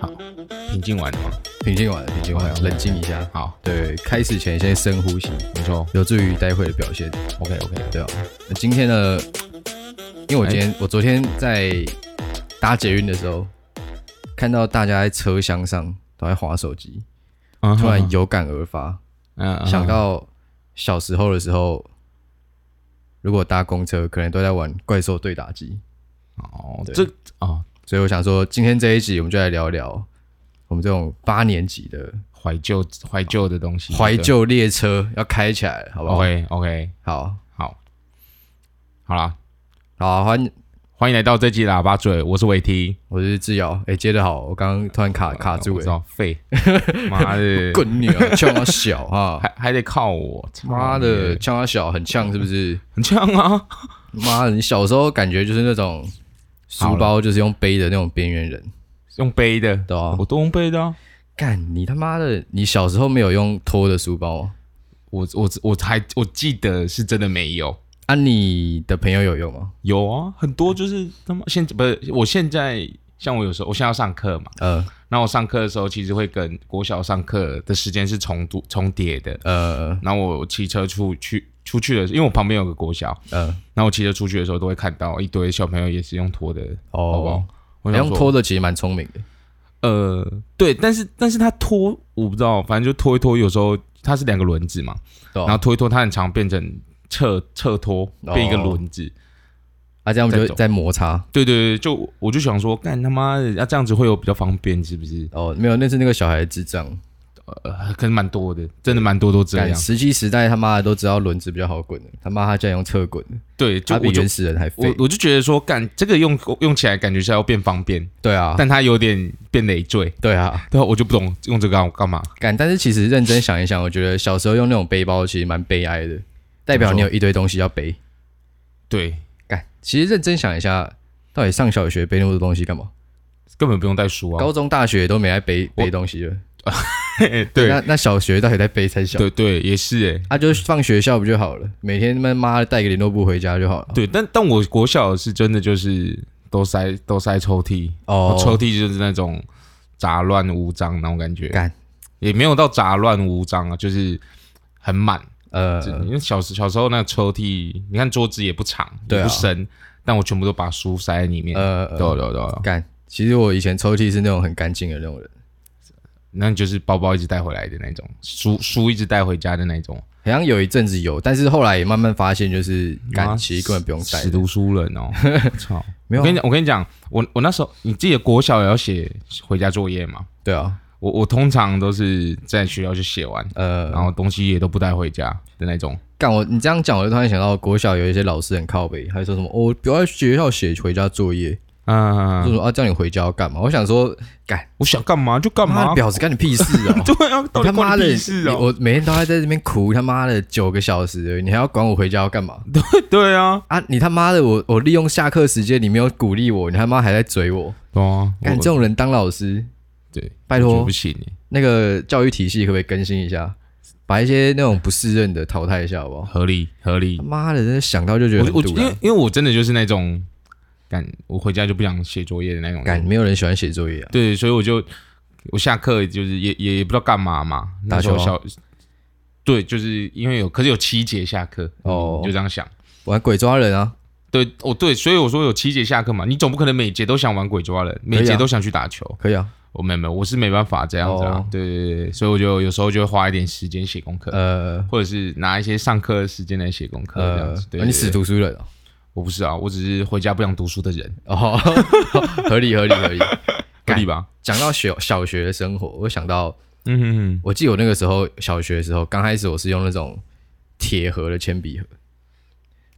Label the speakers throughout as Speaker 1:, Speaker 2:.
Speaker 1: 好，平静完了吗？
Speaker 2: 平静完了，平静完了，冷静一下。
Speaker 1: 好
Speaker 2: 对，开始前先深呼吸，
Speaker 1: 没错
Speaker 2: 有助于待会的表现。
Speaker 1: ，OK OK，
Speaker 2: 对啊，那今天呢，因为我今天、我昨天在搭捷运的时候，看到大家在车厢上都在划手机，突然有感而发，
Speaker 1: 嗯
Speaker 2: 想到小时候的时候，如果搭公车，可能都在玩怪兽对打机，
Speaker 1: 哦，
Speaker 2: 对
Speaker 1: 这啊
Speaker 2: 所以我想说，今天这一集我们就来聊一聊我们这种八年级的
Speaker 1: 怀旧怀旧的东西，
Speaker 2: 怀旧列车要开起来了，好不好？
Speaker 1: OK OK，
Speaker 2: 好，
Speaker 1: 好，好啦，
Speaker 2: 好，啊欢，
Speaker 1: 欢迎来到这集喇叭嘴，我是维 T，
Speaker 2: 我是志尧，哎、接的好，我刚刚突然卡卡住
Speaker 1: 我知
Speaker 2: 了，
Speaker 1: 道 废，妈的，
Speaker 2: 滚你 啊，呛他小啊，
Speaker 1: 还还得靠我，操
Speaker 2: 妈的，，呛他小很呛是不是？
Speaker 1: 很呛啊，
Speaker 2: 妈的，你小时候感觉就是那种书包就是用背的那种边缘人，
Speaker 1: 用背的，
Speaker 2: 对啊
Speaker 1: 我都用背的啊，
Speaker 2: 干你他妈的，你小时候没有用拖的书包吗
Speaker 1: 我我我还我记得是真的没有。
Speaker 2: 啊？你的朋友有用吗？
Speaker 1: 有啊，很多就是他妈现不是，我现在像我有时候我现在要上课嘛，
Speaker 2: 呃
Speaker 1: 那我上课的时候其实会跟国小上课的时间是重读重叠的，
Speaker 2: 呃
Speaker 1: 然后我骑车出去出去的，因为我旁边有个国小，
Speaker 2: 呃，
Speaker 1: 然后我骑车出去的时候都会看到一堆小朋友也是用拖的，好不好
Speaker 2: 哦，？
Speaker 1: 我想
Speaker 2: 用
Speaker 1: 说
Speaker 2: 拖的其实蛮聪明的，
Speaker 1: 呃，对，但是但是他拖我不知道，反正就拖一拖，有时候它是两个轮子嘛，
Speaker 2: 对
Speaker 1: 然后
Speaker 2: 啊，
Speaker 1: 拖一拖，它很常变成侧侧拖，变一个
Speaker 2: 哦
Speaker 1: 轮子。
Speaker 2: 啊这样我们
Speaker 1: 再
Speaker 2: 就
Speaker 1: 走
Speaker 2: 在摩擦。
Speaker 1: 对对对，就我就想说，干他妈的，要、这样子会有比较方便，是不是？
Speaker 2: 哦，没有，那是那个小孩的智障。
Speaker 1: 呃，可能蛮多的，真的蛮多都这
Speaker 2: 干
Speaker 1: 样。
Speaker 2: 石器时代他妈的都知道轮子比较好滚的，他妈他竟然用侧滚的，
Speaker 1: 对，就
Speaker 2: 他比
Speaker 1: 我就
Speaker 2: 原始人还
Speaker 1: 我
Speaker 2: 废。
Speaker 1: 我就觉得说，干这个用用起来感觉是要变方便，
Speaker 2: 对啊，
Speaker 1: 但它有点变累赘。
Speaker 2: 对啊，
Speaker 1: 对啊，我就不懂用这个干干嘛。
Speaker 2: 干！但是其实认真想一想，我觉得小时候用那种背包其实蛮悲哀的，代表你有一堆东西要背。
Speaker 1: 对，
Speaker 2: 干，其实认真想一下，到底上小学背那么多东西干嘛？
Speaker 1: 根本不用带书啊。
Speaker 2: 高中、大学都没来背
Speaker 1: 我
Speaker 2: 背东西了，
Speaker 1: 对
Speaker 2: 那那小学到底在背三小？
Speaker 1: 对对，也是哎、
Speaker 2: 啊，就是放学校不就好了？每天他妈妈的带个联络簿回家就好了。
Speaker 1: 对，但但我国小是真的就是都塞都塞抽屉，
Speaker 2: 哦，
Speaker 1: 抽屉就是那种杂乱无章那种感觉，
Speaker 2: 干，
Speaker 1: 也没有到杂乱无章啊，就是很满。
Speaker 2: 呃，
Speaker 1: 因为小时小时候那个抽屉，你看桌子也不长，
Speaker 2: 对啊
Speaker 1: 也不深，但我全部都把书塞在里面。
Speaker 2: 呃
Speaker 1: 对啊对啊对啊，
Speaker 2: 干，其实我以前抽屉是那种很干净的那种人，
Speaker 1: 那就是包包一直带回来的那种，书书一直带回家的那种。
Speaker 2: 好像有一阵子有，但是后来也慢慢发现，就是干，
Speaker 1: 妈
Speaker 2: 其实根本不用带
Speaker 1: 死
Speaker 2: 的。
Speaker 1: 读书人 哦，操！
Speaker 2: 没有
Speaker 1: 我
Speaker 2: 啊
Speaker 1: 跟你讲，我跟你讲，我我那时候你记得国小也要写回家作业嘛？
Speaker 2: 对啊，
Speaker 1: 我我通常都是在学校就写完，然
Speaker 2: 呃，
Speaker 1: 后东西也都不带回家的那种。
Speaker 2: 干我你这样讲，我就突然想到国小有一些老师很靠北，还说什么哦，不要在学校写回家作业，就
Speaker 1: 嗯，
Speaker 2: 说啊叫你回家要干嘛？我想说，干
Speaker 1: 我想干嘛就干
Speaker 2: 妈
Speaker 1: 嘛。
Speaker 2: 的婊子干你屁事哦！
Speaker 1: 对啊，到底
Speaker 2: 你他妈
Speaker 1: 关
Speaker 2: 的
Speaker 1: 你屁事，哦？
Speaker 2: 我每天都还在这边哭，他妈的九个小时而已，你还要管我回家要干嘛
Speaker 1: 对啊，
Speaker 2: 啊？你他妈的，我我利用下课时间，你没有鼓励我，你他妈还在嘴我，
Speaker 1: 对啊，
Speaker 2: 干
Speaker 1: 我
Speaker 2: 这种人当老师，
Speaker 1: 对，
Speaker 2: 拜
Speaker 1: 我觉得
Speaker 2: 托
Speaker 1: 不，行耶，
Speaker 2: 那个教育体系可不可以更新一下，把一些那种不适任的淘汰一下，好不好？
Speaker 1: 合理合理
Speaker 2: 他。妈的，真的想到就觉得
Speaker 1: 我我
Speaker 2: 很
Speaker 1: 因
Speaker 2: 堵
Speaker 1: 为
Speaker 2: 然。
Speaker 1: 因为我真的就是那种，干我回家就不想写作业的那种
Speaker 2: 感
Speaker 1: 人。
Speaker 2: 没有人喜欢写作业啊，
Speaker 1: 对，所以我就我下课就是也也也不知道干嘛嘛，
Speaker 2: 打
Speaker 1: 那时候
Speaker 2: 球啊
Speaker 1: 小。对，就是因为有，可是有七节下课，
Speaker 2: 哦
Speaker 1: 哦，就这样想。
Speaker 2: 玩鬼抓人啊，
Speaker 1: 对，哦对，所以我说有七节下课嘛，你总不可能每节都想玩鬼抓人，每
Speaker 2: 可以
Speaker 1: 节
Speaker 2: 啊
Speaker 1: 都想去打球。
Speaker 2: 可以啊，
Speaker 1: 我没有没有，我是没办法这样子啊
Speaker 2: 哦。
Speaker 1: 对对对对，所以我就有时候就会花一点时间写功课，
Speaker 2: 呃
Speaker 1: 或者是拿一些上课的时间来写功课这样
Speaker 2: 呃
Speaker 1: 子。，对，
Speaker 2: 啊
Speaker 1: 对
Speaker 2: 你死，
Speaker 1: 对
Speaker 2: 读书人哦，
Speaker 1: 我不是啊，我只是回家不想读书的人，
Speaker 2: 哦，合理合理合理。
Speaker 1: 合
Speaker 2: 干
Speaker 1: 理吧？
Speaker 2: 讲到小小学的生活，我想到，
Speaker 1: 嗯哼哼，
Speaker 2: 我记得我那个时候小学的时候，刚开始我是用那种铁盒的铅笔盒，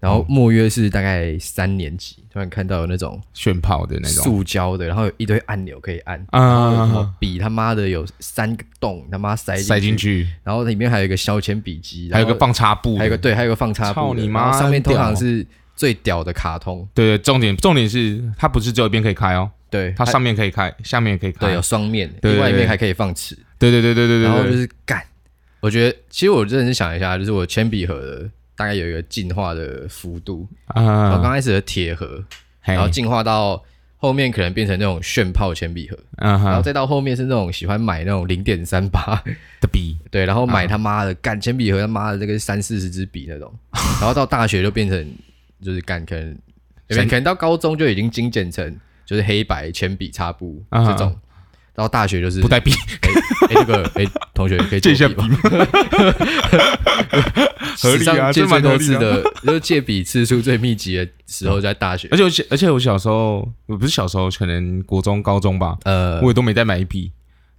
Speaker 2: 然
Speaker 1: 嗯
Speaker 2: 后莫约是大概三年级，突然看到有那种
Speaker 1: 炫炮的那种
Speaker 2: 塑胶的，然后有一堆按钮可以按，然后有什
Speaker 1: 啊，
Speaker 2: 么笔他妈的有三个洞，他妈塞
Speaker 1: 塞进
Speaker 2: 进去，
Speaker 1: 去，
Speaker 2: 然后里面还有一个削铅笔机，
Speaker 1: 还有
Speaker 2: 然
Speaker 1: 个
Speaker 2: 后
Speaker 1: 放插布的，
Speaker 2: 还有一个对，还有一个放插
Speaker 1: 操
Speaker 2: 布的，
Speaker 1: 你妈
Speaker 2: 然后上面通
Speaker 1: 很
Speaker 2: 常
Speaker 1: 屌
Speaker 2: 是最屌的卡通，
Speaker 1: 对对，重点重点是它不是只有一边可以开哦，
Speaker 2: 对，
Speaker 1: 它上面可以开，下面也可以
Speaker 2: 对
Speaker 1: 开
Speaker 2: 有。双面，
Speaker 1: 对
Speaker 2: 另外一
Speaker 1: 对
Speaker 2: 面
Speaker 1: 对
Speaker 2: 还可以放尺，
Speaker 1: 对对对对对
Speaker 2: 然后
Speaker 1: 对
Speaker 2: 就
Speaker 1: 对，
Speaker 2: 是干。我觉得其实我认真想一下，就是我铅笔盒的大概有一个进化的幅度，然后
Speaker 1: 啊，
Speaker 2: 刚开始的铁盒，
Speaker 1: 嘿
Speaker 2: 然后进化到后面可能变成那种炫炮铅笔盒，
Speaker 1: 嗯
Speaker 2: 然后
Speaker 1: 哼
Speaker 2: 再到后面是那种喜欢买那种零点三八，
Speaker 1: 的 笔，
Speaker 2: 对，然后买
Speaker 1: 啊
Speaker 2: 他妈的干铅笔盒他妈的这个三四十支笔那种，然后到大学就变成就是干可能，可
Speaker 1: 三
Speaker 2: 能可能到高中就已经精简成就是黑白铅笔擦布
Speaker 1: 啊
Speaker 2: 这种，到大学就是
Speaker 1: 不带笔，
Speaker 2: 哎哎这个哎同学可以
Speaker 1: 借
Speaker 2: 借
Speaker 1: 一下
Speaker 2: 我笔吗？
Speaker 1: 合理
Speaker 2: 史
Speaker 1: 啊
Speaker 2: 上借
Speaker 1: 这蛮
Speaker 2: 最
Speaker 1: 合
Speaker 2: 多
Speaker 1: 理的
Speaker 2: 次的，就是借笔次数最密集的时候就在大学
Speaker 1: 而，且我小而且我小时候，我不是小时候，可能国中、高中吧，
Speaker 2: 呃
Speaker 1: 我也都没再买一笔，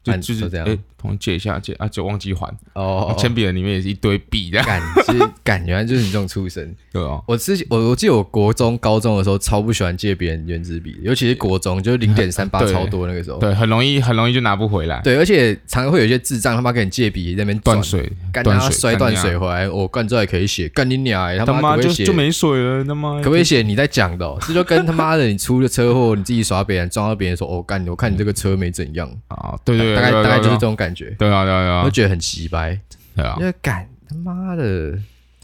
Speaker 1: 就
Speaker 2: 啊你
Speaker 1: 就是
Speaker 2: 都这样
Speaker 1: 哎，同学借一下借啊，就忘记还，
Speaker 2: 哦，
Speaker 1: 铅笔盒里面也是一堆笔的，
Speaker 2: 感就是感觉就是你这种畜生。
Speaker 1: 对哦，
Speaker 2: 我之前我我记得我国中、高中的时候超不喜欢借别人圆珠笔，尤其是国中，就是零点三八
Speaker 1: 对
Speaker 2: 超多那个时候。
Speaker 1: 对，很容易很容易就拿不回来，
Speaker 2: 哦对，而且常常会有一些智障他妈给你借笔在那边
Speaker 1: 断
Speaker 2: 转，
Speaker 1: 水，
Speaker 2: 干
Speaker 1: 断
Speaker 2: 他
Speaker 1: 水，
Speaker 2: 妈摔
Speaker 1: 干
Speaker 2: 断
Speaker 1: 你啊
Speaker 2: 水，回来，我干这还可以写，干你娘欸！
Speaker 1: 他
Speaker 2: 他妈
Speaker 1: 妈
Speaker 2: 可不
Speaker 1: 就
Speaker 2: 可以写
Speaker 1: 就没水了，他妈
Speaker 2: 可不可以写你在讲的、哦？这就跟他妈的你出了车祸，你自己耍别人撞到别人说哦干，我看你这个车没怎样，
Speaker 1: 啊？对对，对
Speaker 2: 大概
Speaker 1: 对
Speaker 2: 大概就是
Speaker 1: 对
Speaker 2: 这种感觉，
Speaker 1: 对啊对啊对
Speaker 2: 我
Speaker 1: 啊
Speaker 2: 就觉得很奇白，
Speaker 1: 对啊
Speaker 2: 因，为干他妈的，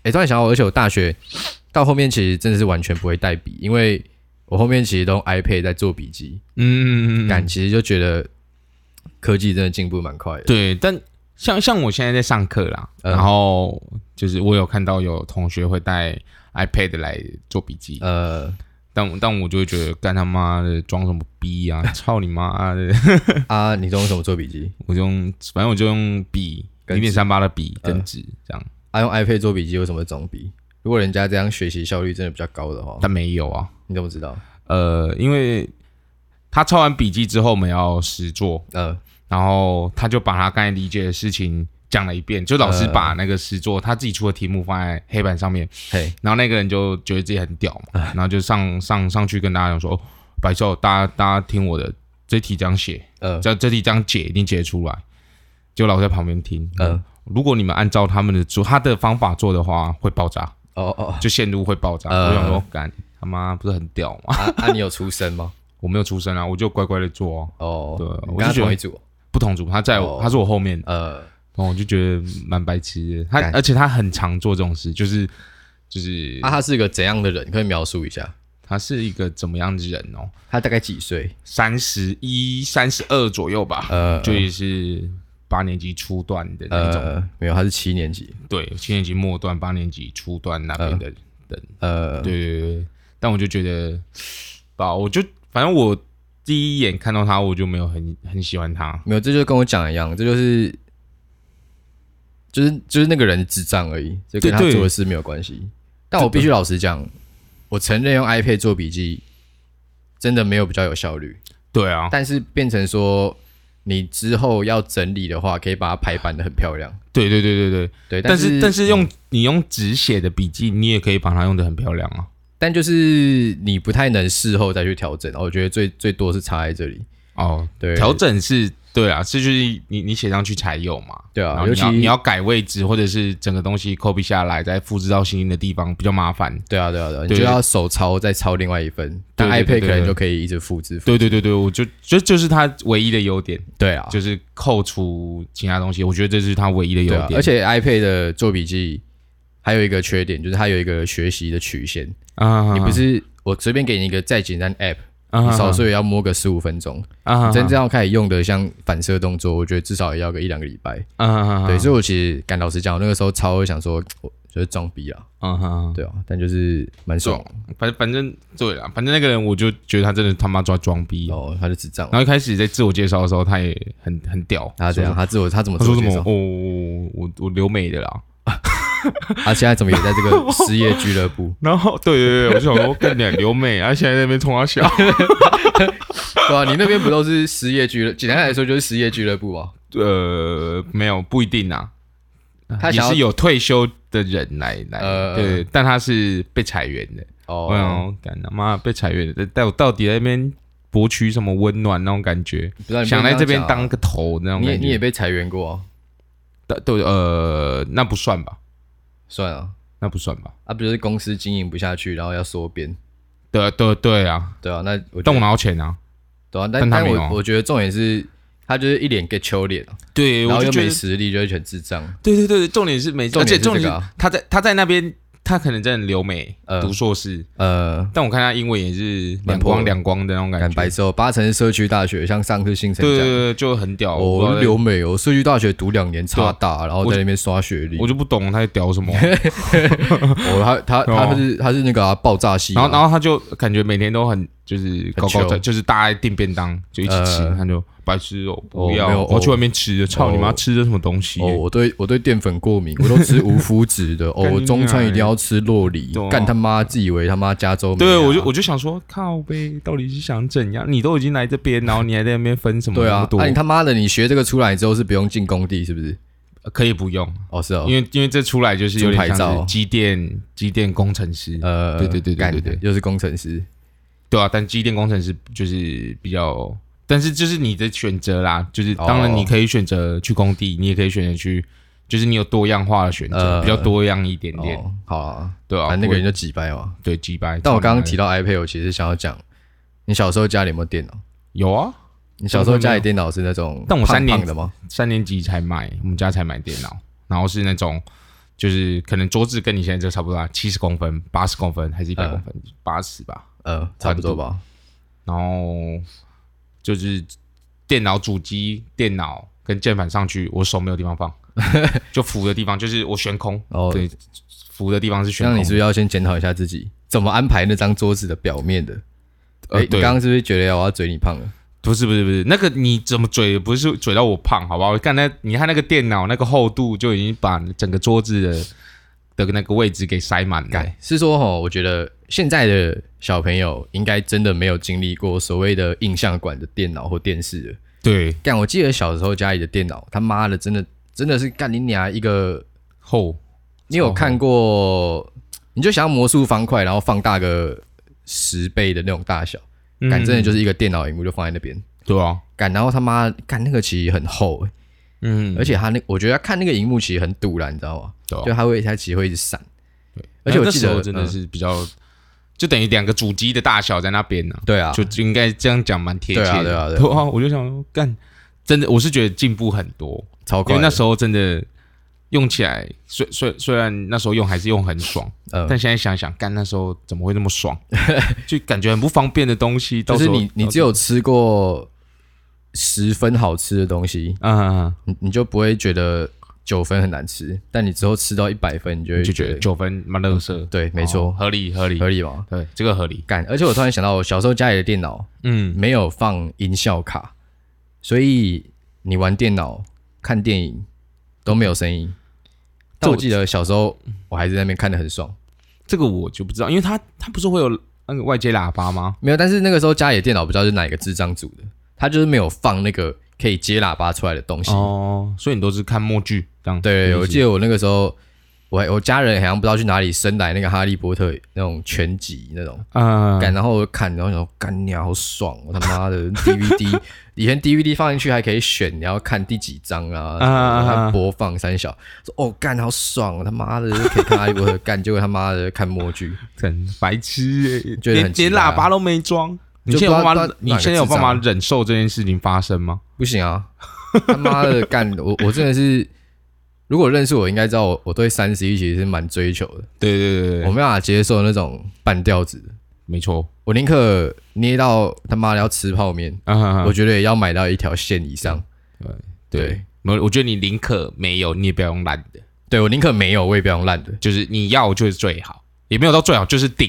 Speaker 2: 哎、突然想到，而且我大学到后面其实真的是完全不会带笔，因为我后面其实都用 iPad 在做笔记，
Speaker 1: 嗯嗯嗯嗯，
Speaker 2: 感、其实就觉得科技真的进步蛮快的，
Speaker 1: 对，但像像我现在在上课啦，
Speaker 2: 嗯
Speaker 1: 然后就是我有看到有同学会带 iPad 来做笔记，
Speaker 2: 呃，
Speaker 1: 但我但我就会觉得干他妈的装什么逼 啊，操你妈的！
Speaker 2: 啊，你都用什么做笔记？
Speaker 1: 我就用反正我就用笔
Speaker 2: 跟
Speaker 1: 零
Speaker 2: 纸
Speaker 1: 点三八的笔跟
Speaker 2: 嗯
Speaker 1: 纸这样，
Speaker 2: 啊，用 iPad 做笔记为什么是总笔？如果人家这样学习效率真的比较高的话，
Speaker 1: 但没有啊，
Speaker 2: 你怎么知道？
Speaker 1: 呃，因为他抄完笔记之后，我们要实做，
Speaker 2: 呃，
Speaker 1: 然后他就把他刚才理解的事情讲了一遍，就老
Speaker 2: 嗯
Speaker 1: 师把那个实作他自己出的题目放在黑板上面，
Speaker 2: 嘿，
Speaker 1: 然后那个人就觉得自己很屌嘛，
Speaker 2: 哎
Speaker 1: 然后就上上上去跟大家讲说，哦，白昼，大家大家听我的，这题这样写，
Speaker 2: 呃，
Speaker 1: 这这题这样解，一定解得出来。就老师在旁边听，
Speaker 2: 嗯，
Speaker 1: 如果你们按照他们的做他的方法做的话，会爆炸，
Speaker 2: 哦哦，
Speaker 1: 就线路会爆炸。
Speaker 2: 嗯
Speaker 1: 我想说，干他妈不是很屌吗？
Speaker 2: 啊啊，你有出声吗？
Speaker 1: 我没有出声啊，我就乖乖的做、啊。
Speaker 2: 哦，
Speaker 1: 对我就
Speaker 2: 你跟他
Speaker 1: 觉得
Speaker 2: 同一组，
Speaker 1: 不同组，他在我，
Speaker 2: 哦
Speaker 1: 他是我后面的，哦
Speaker 2: 呃，
Speaker 1: 然后我就觉得蛮白痴的。他
Speaker 2: 干
Speaker 1: 而且他很常做这种事，就是就是
Speaker 2: 啊，他是一个怎样的人？可以描述一下，
Speaker 1: 他是一个怎么样的人哦？
Speaker 2: 他大概几岁？
Speaker 1: 三十一、三十二左右吧，
Speaker 2: 呃，
Speaker 1: 就也是八年级初段的那种，
Speaker 2: 呃，没有，他是七年级，
Speaker 1: 对，七年级末段、八年级初段那边的人。
Speaker 2: 呃，
Speaker 1: 对对对对，但我就觉得，吧，我就反正我第一眼看到他，我就没有很很喜欢他。
Speaker 2: 没有，这就跟我讲的一样，这就是。就是就是那个人智障而已，这跟他
Speaker 1: 对对
Speaker 2: 做的事没有关系。但我必须老实讲，我承认用 iPad 做笔记真的没有比较有效率，
Speaker 1: 对啊，
Speaker 2: 但是变成说你之后要整理的话，可以把它排版的很漂亮。
Speaker 1: 对对对对对，
Speaker 2: 对，
Speaker 1: 但
Speaker 2: 是
Speaker 1: 是但是用你用纸写的笔记，你也可以把它用的很漂亮啊。
Speaker 2: 但就是你不太能事后再去调整，哦我觉得最最多是差在这里。
Speaker 1: 哦，
Speaker 2: 对，
Speaker 1: 调整是对啊，这就是你你写上去才有嘛。
Speaker 2: 对啊
Speaker 1: 然后你
Speaker 2: 尤
Speaker 1: 要
Speaker 2: 其
Speaker 1: 你要改位置，或者是整个东西 copy 下来，再复制到新的地方，比较麻烦。
Speaker 2: 对啊，对啊，对啊，你
Speaker 1: 对
Speaker 2: 就要手抄再抄另外一份，但
Speaker 1: 对对
Speaker 2: iPad
Speaker 1: 对
Speaker 2: 可能
Speaker 1: 对
Speaker 2: 就可以一直复制。
Speaker 1: 对对对对，我就就就是它唯一的优点，
Speaker 2: 对啊，
Speaker 1: 就是扣除其他东西，我觉得这是它唯一的优
Speaker 2: 对啊，
Speaker 1: 点。
Speaker 2: 而且 iPad 的做笔记还有一个缺点，就是它有一个学习的曲线，
Speaker 1: 啊，
Speaker 2: 你不是我随便给你一个再简单的 App，
Speaker 1: 啊
Speaker 2: 你少说也要摸个十五分钟，
Speaker 1: 啊，
Speaker 2: 真正要开始用的像反射动作，我觉得至少也要个一两个礼拜。
Speaker 1: 啊，
Speaker 2: 对，所以我其实敢老实讲，我那个时候超想说，我就是装逼啊，
Speaker 1: 啊哈，
Speaker 2: 对啊，但就是蛮爽的
Speaker 1: 反反正对啦，反正那个人我就觉得他真的他妈抓装逼。
Speaker 2: 哦，他就智障
Speaker 1: 然，后一开始在自我介绍的时候，他也很很屌，
Speaker 2: 他这样，他自我他怎
Speaker 1: 啊
Speaker 2: 么
Speaker 1: 他说
Speaker 2: 啊自我
Speaker 1: 什
Speaker 2: 介
Speaker 1: 么
Speaker 2: 绍？
Speaker 1: 哦，我我我留美的啦，？
Speaker 2: 他现在怎么也在这个 失业俱乐部
Speaker 1: 然后对对对，我就想说跟你讲留美，啊，现在在那边冲他笑，
Speaker 2: 对啊，你那边不都是失业俱乐？简单来说就是失业俱乐部啊。
Speaker 1: 呃，没有不一定啊，
Speaker 2: 他
Speaker 1: 也
Speaker 2: 想要
Speaker 1: 是有退休的人来来，
Speaker 2: 呃
Speaker 1: 对，但他是被裁员的，
Speaker 2: 哦，
Speaker 1: 哎呦，干他妈被裁员的，但我到底在那边博取什么温暖那种感觉，
Speaker 2: 不知道你
Speaker 1: 想
Speaker 2: 能
Speaker 1: 来
Speaker 2: 样
Speaker 1: 这边
Speaker 2: 讲啊
Speaker 1: 当个头那种
Speaker 2: 你也
Speaker 1: 感
Speaker 2: 你也
Speaker 1: 觉，
Speaker 2: 被裁员过、啊，
Speaker 1: 对对呃，那不算吧，
Speaker 2: 算啊，
Speaker 1: 那不算吧，
Speaker 2: 啊，不就是公司经营不下去，然后要缩编，
Speaker 1: 对对对啊，
Speaker 2: 对啊，那我觉
Speaker 1: 但
Speaker 2: 得
Speaker 1: 我拿到钱啊，
Speaker 2: 对啊，
Speaker 1: 但
Speaker 2: 但
Speaker 1: 他
Speaker 2: 但
Speaker 1: 没有啊
Speaker 2: 我我觉得重点是他就是一脸 get 秋脸啊，
Speaker 1: 对，
Speaker 2: 然
Speaker 1: 我
Speaker 2: 后
Speaker 1: 就
Speaker 2: 又
Speaker 1: 觉
Speaker 2: 没
Speaker 1: 得
Speaker 2: 实力，就是全智障，
Speaker 1: 对对对，重点是没，
Speaker 2: 重
Speaker 1: 而
Speaker 2: 点是
Speaker 1: 且重点
Speaker 2: 这个
Speaker 1: 是
Speaker 2: 啊
Speaker 1: 他在他在那边他可能真的留美
Speaker 2: 呃
Speaker 1: 读硕士，
Speaker 2: 呃，
Speaker 1: 但我看他英文也是
Speaker 2: 蛮
Speaker 1: 两
Speaker 2: 破的
Speaker 1: 光两光的那种感
Speaker 2: 干
Speaker 1: 觉
Speaker 2: 白。之后，八成是社区大学，像上次新城
Speaker 1: 对对
Speaker 2: 讲
Speaker 1: 对对，
Speaker 2: 的，
Speaker 1: 就很屌。我不知
Speaker 2: 我
Speaker 1: 道在欸啊
Speaker 2: 留美，我社区大学读两年差大，然后
Speaker 1: 我
Speaker 2: 在那边刷学历，
Speaker 1: 我
Speaker 2: 我
Speaker 1: 就不懂他在屌 什么。
Speaker 2: 他他
Speaker 1: 哦
Speaker 2: 他是他是那个啊爆炸系啊，
Speaker 1: 然后然后他就感觉每天都很就是高高的，
Speaker 2: chill
Speaker 1: 就是大家订便当就一起吃，
Speaker 2: 呃
Speaker 1: 他就白痴哦，
Speaker 2: 哦
Speaker 1: 不
Speaker 2: 没
Speaker 1: 要，
Speaker 2: 有
Speaker 1: 我去
Speaker 2: 哦
Speaker 1: 外面吃的，操你妈
Speaker 2: 哦
Speaker 1: 吃的什么东西？
Speaker 2: 哦，我对我对淀粉过敏，我都吃无麸 质的。哦，
Speaker 1: 干你
Speaker 2: 我中餐
Speaker 1: 娘
Speaker 2: 一定要吃洛梨
Speaker 1: 对啊，
Speaker 2: 干他妈自以为他妈加州美啊
Speaker 1: 对，我就我就想说，靠呗，到底是想怎样？你都已经来这边，然后你还在那边分什么
Speaker 2: 对
Speaker 1: 那么
Speaker 2: 啊，
Speaker 1: 多？
Speaker 2: 那你他妈的，你学这个出来之后是不用进工地是不是？
Speaker 1: 呃可以不用，
Speaker 2: 哦，是哦
Speaker 1: 因，为因为这出来就是有点
Speaker 2: 猪牌
Speaker 1: 像是
Speaker 2: 照
Speaker 1: 机电机电工程师，
Speaker 2: 呃，
Speaker 1: 对对对对
Speaker 2: 干
Speaker 1: 对对
Speaker 2: 又是工程师，
Speaker 1: 对啊，但机电工程师就是比较，但是就是你的选择啦，就是
Speaker 2: 哦
Speaker 1: 当然你可以选择去工地，你也可以选择去，就是你有多样化的选择，
Speaker 2: 呃
Speaker 1: 比较多样一点点，
Speaker 2: 哦，好啊，
Speaker 1: 对啊，
Speaker 2: 反正那
Speaker 1: 不会
Speaker 2: 个人就几百嘛。
Speaker 1: 对击败。
Speaker 2: 但我刚刚
Speaker 1: 超
Speaker 2: 提到 iPad，我其实想要讲，你小时候家里有没有电脑？
Speaker 1: 有啊，
Speaker 2: 你小时候家里电脑是那种
Speaker 1: 但我三年
Speaker 2: 胖胖的吗？
Speaker 1: 三年级才买，我们家才买电脑，然后是那种就是可能桌子跟你现在这差不多啊，七十公分、八十公分还是一百
Speaker 2: 呃
Speaker 1: 公分，八十、吧。
Speaker 2: 呃，差不多吧。
Speaker 1: 然后就是电脑主机、电脑跟键盘上去，我手没有地方 放，就扶的地方就是我悬空，
Speaker 2: 哦
Speaker 1: 对，扶的地方是悬
Speaker 2: 那
Speaker 1: 空。
Speaker 2: 你是不是要先检讨一下自己怎么安排那张桌子的表面的？
Speaker 1: 呃
Speaker 2: 哎，你
Speaker 1: 对
Speaker 2: 刚刚是不是觉得我要嘴你胖了？
Speaker 1: 不是不是不是，那个你怎么嘴不是嘴到我胖，好不好？看那你看那个电脑那个厚度就已经把整个桌子的的那个位置给塞满了。
Speaker 2: 是说哈，我觉得现在的小朋友应该真的没有经历过所谓的印象馆的电脑或电视了。
Speaker 1: 对，
Speaker 2: 干，我记得小时候家里的电脑，他妈的真的真的是干你娘一个！
Speaker 1: 厚
Speaker 2: 你有看过？你就想要魔术方块，然后放大个十倍的那种大小，
Speaker 1: 嗯
Speaker 2: 干真的就是一个电脑荧幕就放在那边。
Speaker 1: 对啊，
Speaker 2: 干，然后他妈干那个其实很厚、欸
Speaker 1: 嗯，
Speaker 2: 而且他那我觉得他看那个荧幕其实很堵了，你知道吗？
Speaker 1: 对啊
Speaker 2: 就他会他其实会一直闪。
Speaker 1: 那
Speaker 2: 而且我
Speaker 1: 那
Speaker 2: 记
Speaker 1: 时候
Speaker 2: 得
Speaker 1: 真
Speaker 2: 嗯
Speaker 1: 的是比较，就等于两个主机的大小在那边呢、
Speaker 2: 对啊，
Speaker 1: 就就应该这样讲蛮贴切的。
Speaker 2: 对啊对啊对啊
Speaker 1: 对啊，我就想说，干，真的，我是觉得进步很多，
Speaker 2: 超
Speaker 1: 因
Speaker 2: 快
Speaker 1: 为
Speaker 2: 的。
Speaker 1: 那时候真的用起来，虽虽虽然那时候用还是用很爽，
Speaker 2: 嗯
Speaker 1: 但现在想想，干那时候怎么会那么 爽？就感觉很不方便的东西，到
Speaker 2: 就
Speaker 1: 时
Speaker 2: 是
Speaker 1: 候
Speaker 2: 你你只有吃过十分好吃的东西，
Speaker 1: 嗯嗯，嗯
Speaker 2: 你你就不会觉得九分很难吃，但你之后吃到一百分，你就会
Speaker 1: 嗯就
Speaker 2: 觉
Speaker 1: 觉
Speaker 2: 得
Speaker 1: 得九分蛮乐色，
Speaker 2: 对，没错，
Speaker 1: 哦合理合理
Speaker 2: 合，理嘛。
Speaker 1: 对，这个合理，
Speaker 2: 干，而且我突然想到，我小时候家里的电脑
Speaker 1: 嗯，
Speaker 2: 没有放音效卡，所以你玩电脑、看电影都没有声音。但我记得小时候我还是在那边看的很爽，
Speaker 1: 这个我就不知道，因为它它不是会有那个外接喇叭吗？
Speaker 2: 没有。但是那个时候家里的电脑不知道是哪一个智障组的，它就是没有放那个可以接喇叭出来的东西。
Speaker 1: 哦，所以你都是看默剧这样？
Speaker 2: 对，我记
Speaker 1: 得
Speaker 2: 得我那个时候，我还我家人好像不知道去哪里生来那个《哈利波特》那种全集那种，
Speaker 1: 啊，
Speaker 2: 干、然后我就看，然后想说干你好爽，我他 妈的 DVD，以前 DVD 放进去还可以选你要看第几章啊，
Speaker 1: 啊啊啊
Speaker 2: 然后播放三小，说哦干好爽，我他妈的可以看《哈利波特》，干结果他妈的看默剧，
Speaker 1: 很白痴欸，
Speaker 2: 觉得
Speaker 1: 连连
Speaker 2: 很奇葩啊
Speaker 1: 喇叭都没装。你
Speaker 2: 就
Speaker 1: 现在有
Speaker 2: 不知道
Speaker 1: 办
Speaker 2: 不
Speaker 1: 法
Speaker 2: 知道，
Speaker 1: 你
Speaker 2: 哪个
Speaker 1: 现在有
Speaker 2: 智障
Speaker 1: 办法忍受这件事情发生吗？
Speaker 2: 不行 啊，他妈的干我我真的是。如果认识我，应该知道我我对三十一其实是蛮追求的，
Speaker 1: 对对对
Speaker 2: 我，没办法接受那种半吊子的。
Speaker 1: 没错。
Speaker 2: 我宁可捏到他妈的要吃泡面，
Speaker 1: 啊
Speaker 2: 我，觉得也要买到一条线以上。
Speaker 1: 对
Speaker 2: 对，
Speaker 1: 我我觉得你宁可没有，你也不要用烂的，
Speaker 2: 对我宁可没有，我也不要用烂的，
Speaker 1: 就是你要就是最好，也没有到最好，就是顶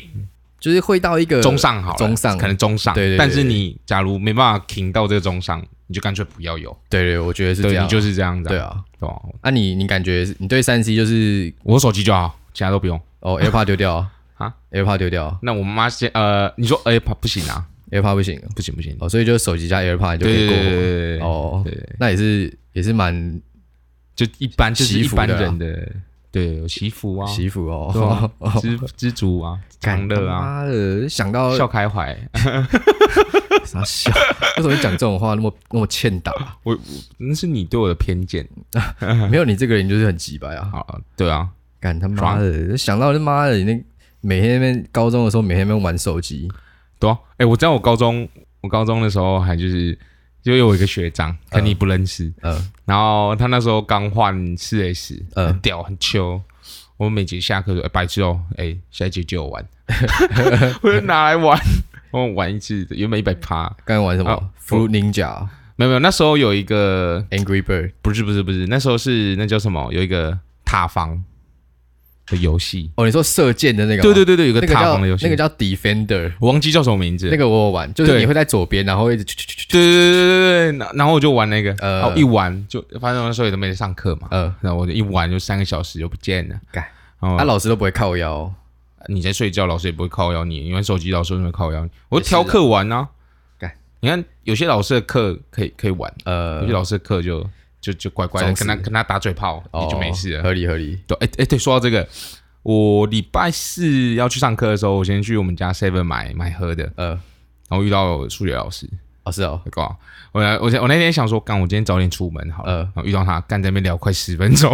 Speaker 2: 就是会到一个
Speaker 1: 呃中。上好了，
Speaker 2: 中上
Speaker 1: 可能中上。
Speaker 2: 对对对
Speaker 1: 但是你假如没办法挺到这个中上，你就干脆不要有。
Speaker 2: 对对，我觉得是这
Speaker 1: 对
Speaker 2: 样。
Speaker 1: 你就是这样子。
Speaker 2: 对，啊，
Speaker 1: 对吧？
Speaker 2: 啊你你感觉你对三 C 就是
Speaker 1: 我手机就好，其他都不用。
Speaker 2: 哦 AirPod 丢掉啊
Speaker 1: 啊
Speaker 2: AirPod 丢掉
Speaker 1: 那我妈先呃，你说哎，不行啊，
Speaker 2: ，AirPod 不行
Speaker 1: 不行不行，
Speaker 2: 哦，所以就手机加 AirPod 你就
Speaker 1: 对
Speaker 2: 可
Speaker 1: 对
Speaker 2: 以
Speaker 1: 对对对
Speaker 2: 过
Speaker 1: 对，
Speaker 2: 哦
Speaker 1: 对对，
Speaker 2: 那也是也是蛮
Speaker 1: 就一般就是
Speaker 2: 习
Speaker 1: 一
Speaker 2: 服
Speaker 1: 般
Speaker 2: 的啊
Speaker 1: 人的，对，有祈福啊，
Speaker 2: 惜福
Speaker 1: 对啊
Speaker 2: 哦，
Speaker 1: 知知足啊，长
Speaker 2: 感哦
Speaker 1: 乐啊，
Speaker 2: 妈的，想到
Speaker 1: 笑开怀。
Speaker 2: 啥笑？为什么你讲这种话那么那么欠打？
Speaker 1: 我我那是你对我的偏见。
Speaker 2: 没有你这个人就是很鸡掰啊！
Speaker 1: 好了，对啊，
Speaker 2: 干他妈的，想到他妈的，你那每天那边高中的时候，每天那边玩手机，
Speaker 1: 对啊。哎，我知道我高中，我高中的时候还就是就有一个学长，可能你不认识，
Speaker 2: 嗯、
Speaker 1: 然后他那时候刚换四 S，
Speaker 2: 嗯
Speaker 1: 很屌，很秋。我们每节下课就哎、白痴哦，哎、下一节就有 玩，我就拿来玩，我玩一次，原本一百趴，
Speaker 2: 刚才玩什么、
Speaker 1: 啊
Speaker 2: Fruit Ninja、
Speaker 1: 没有没有，那时候有一个
Speaker 2: Angry Bird
Speaker 1: 不是不是不是，那时候是那叫什么？有一个塔防的游戏，
Speaker 2: 哦，你说射箭的那个吗？
Speaker 1: 对对对对，有一个
Speaker 2: 那个
Speaker 1: 塔
Speaker 2: 叫
Speaker 1: 防的游戏，
Speaker 2: 那个叫 Defender，
Speaker 1: 我忘记叫什么名字，
Speaker 2: 那
Speaker 1: 个
Speaker 2: 个我有玩，就是
Speaker 1: 对
Speaker 2: 你会在左边，然后一直去去去去，
Speaker 1: 对对对对对，然然后我就玩那个，
Speaker 2: 呃
Speaker 1: 然后一玩就反正那时候也都没上课嘛，
Speaker 2: 呃，
Speaker 1: 然后我就一玩就三个小时就不见了，
Speaker 2: 干
Speaker 1: 然后
Speaker 2: 啊，老师都不会靠腰哦，
Speaker 1: 你在睡觉，老师也不会靠邀你；你玩手机，老师也不会靠邀你。我
Speaker 2: 也
Speaker 1: 就是挑课玩啊
Speaker 2: 干。
Speaker 1: 你看有些老师的课可以可以玩，有
Speaker 2: 呃
Speaker 1: 些，老师的课就就就乖乖的
Speaker 2: 装死
Speaker 1: 跟他跟他打嘴炮，
Speaker 2: 哦
Speaker 1: 你就没事了。
Speaker 2: 合理合理，
Speaker 1: 对，哎哎，对，说到这个，我礼拜四要去上课的时候，我先去我们家 Seven 买买喝的，
Speaker 2: 呃，
Speaker 1: 然后遇到数学老师，
Speaker 2: 哦是哦，
Speaker 1: 我靠！我来我我那天想说，干，我今天早点出门好了，
Speaker 2: 呃
Speaker 1: 然后遇到他，干在那边聊快十分钟，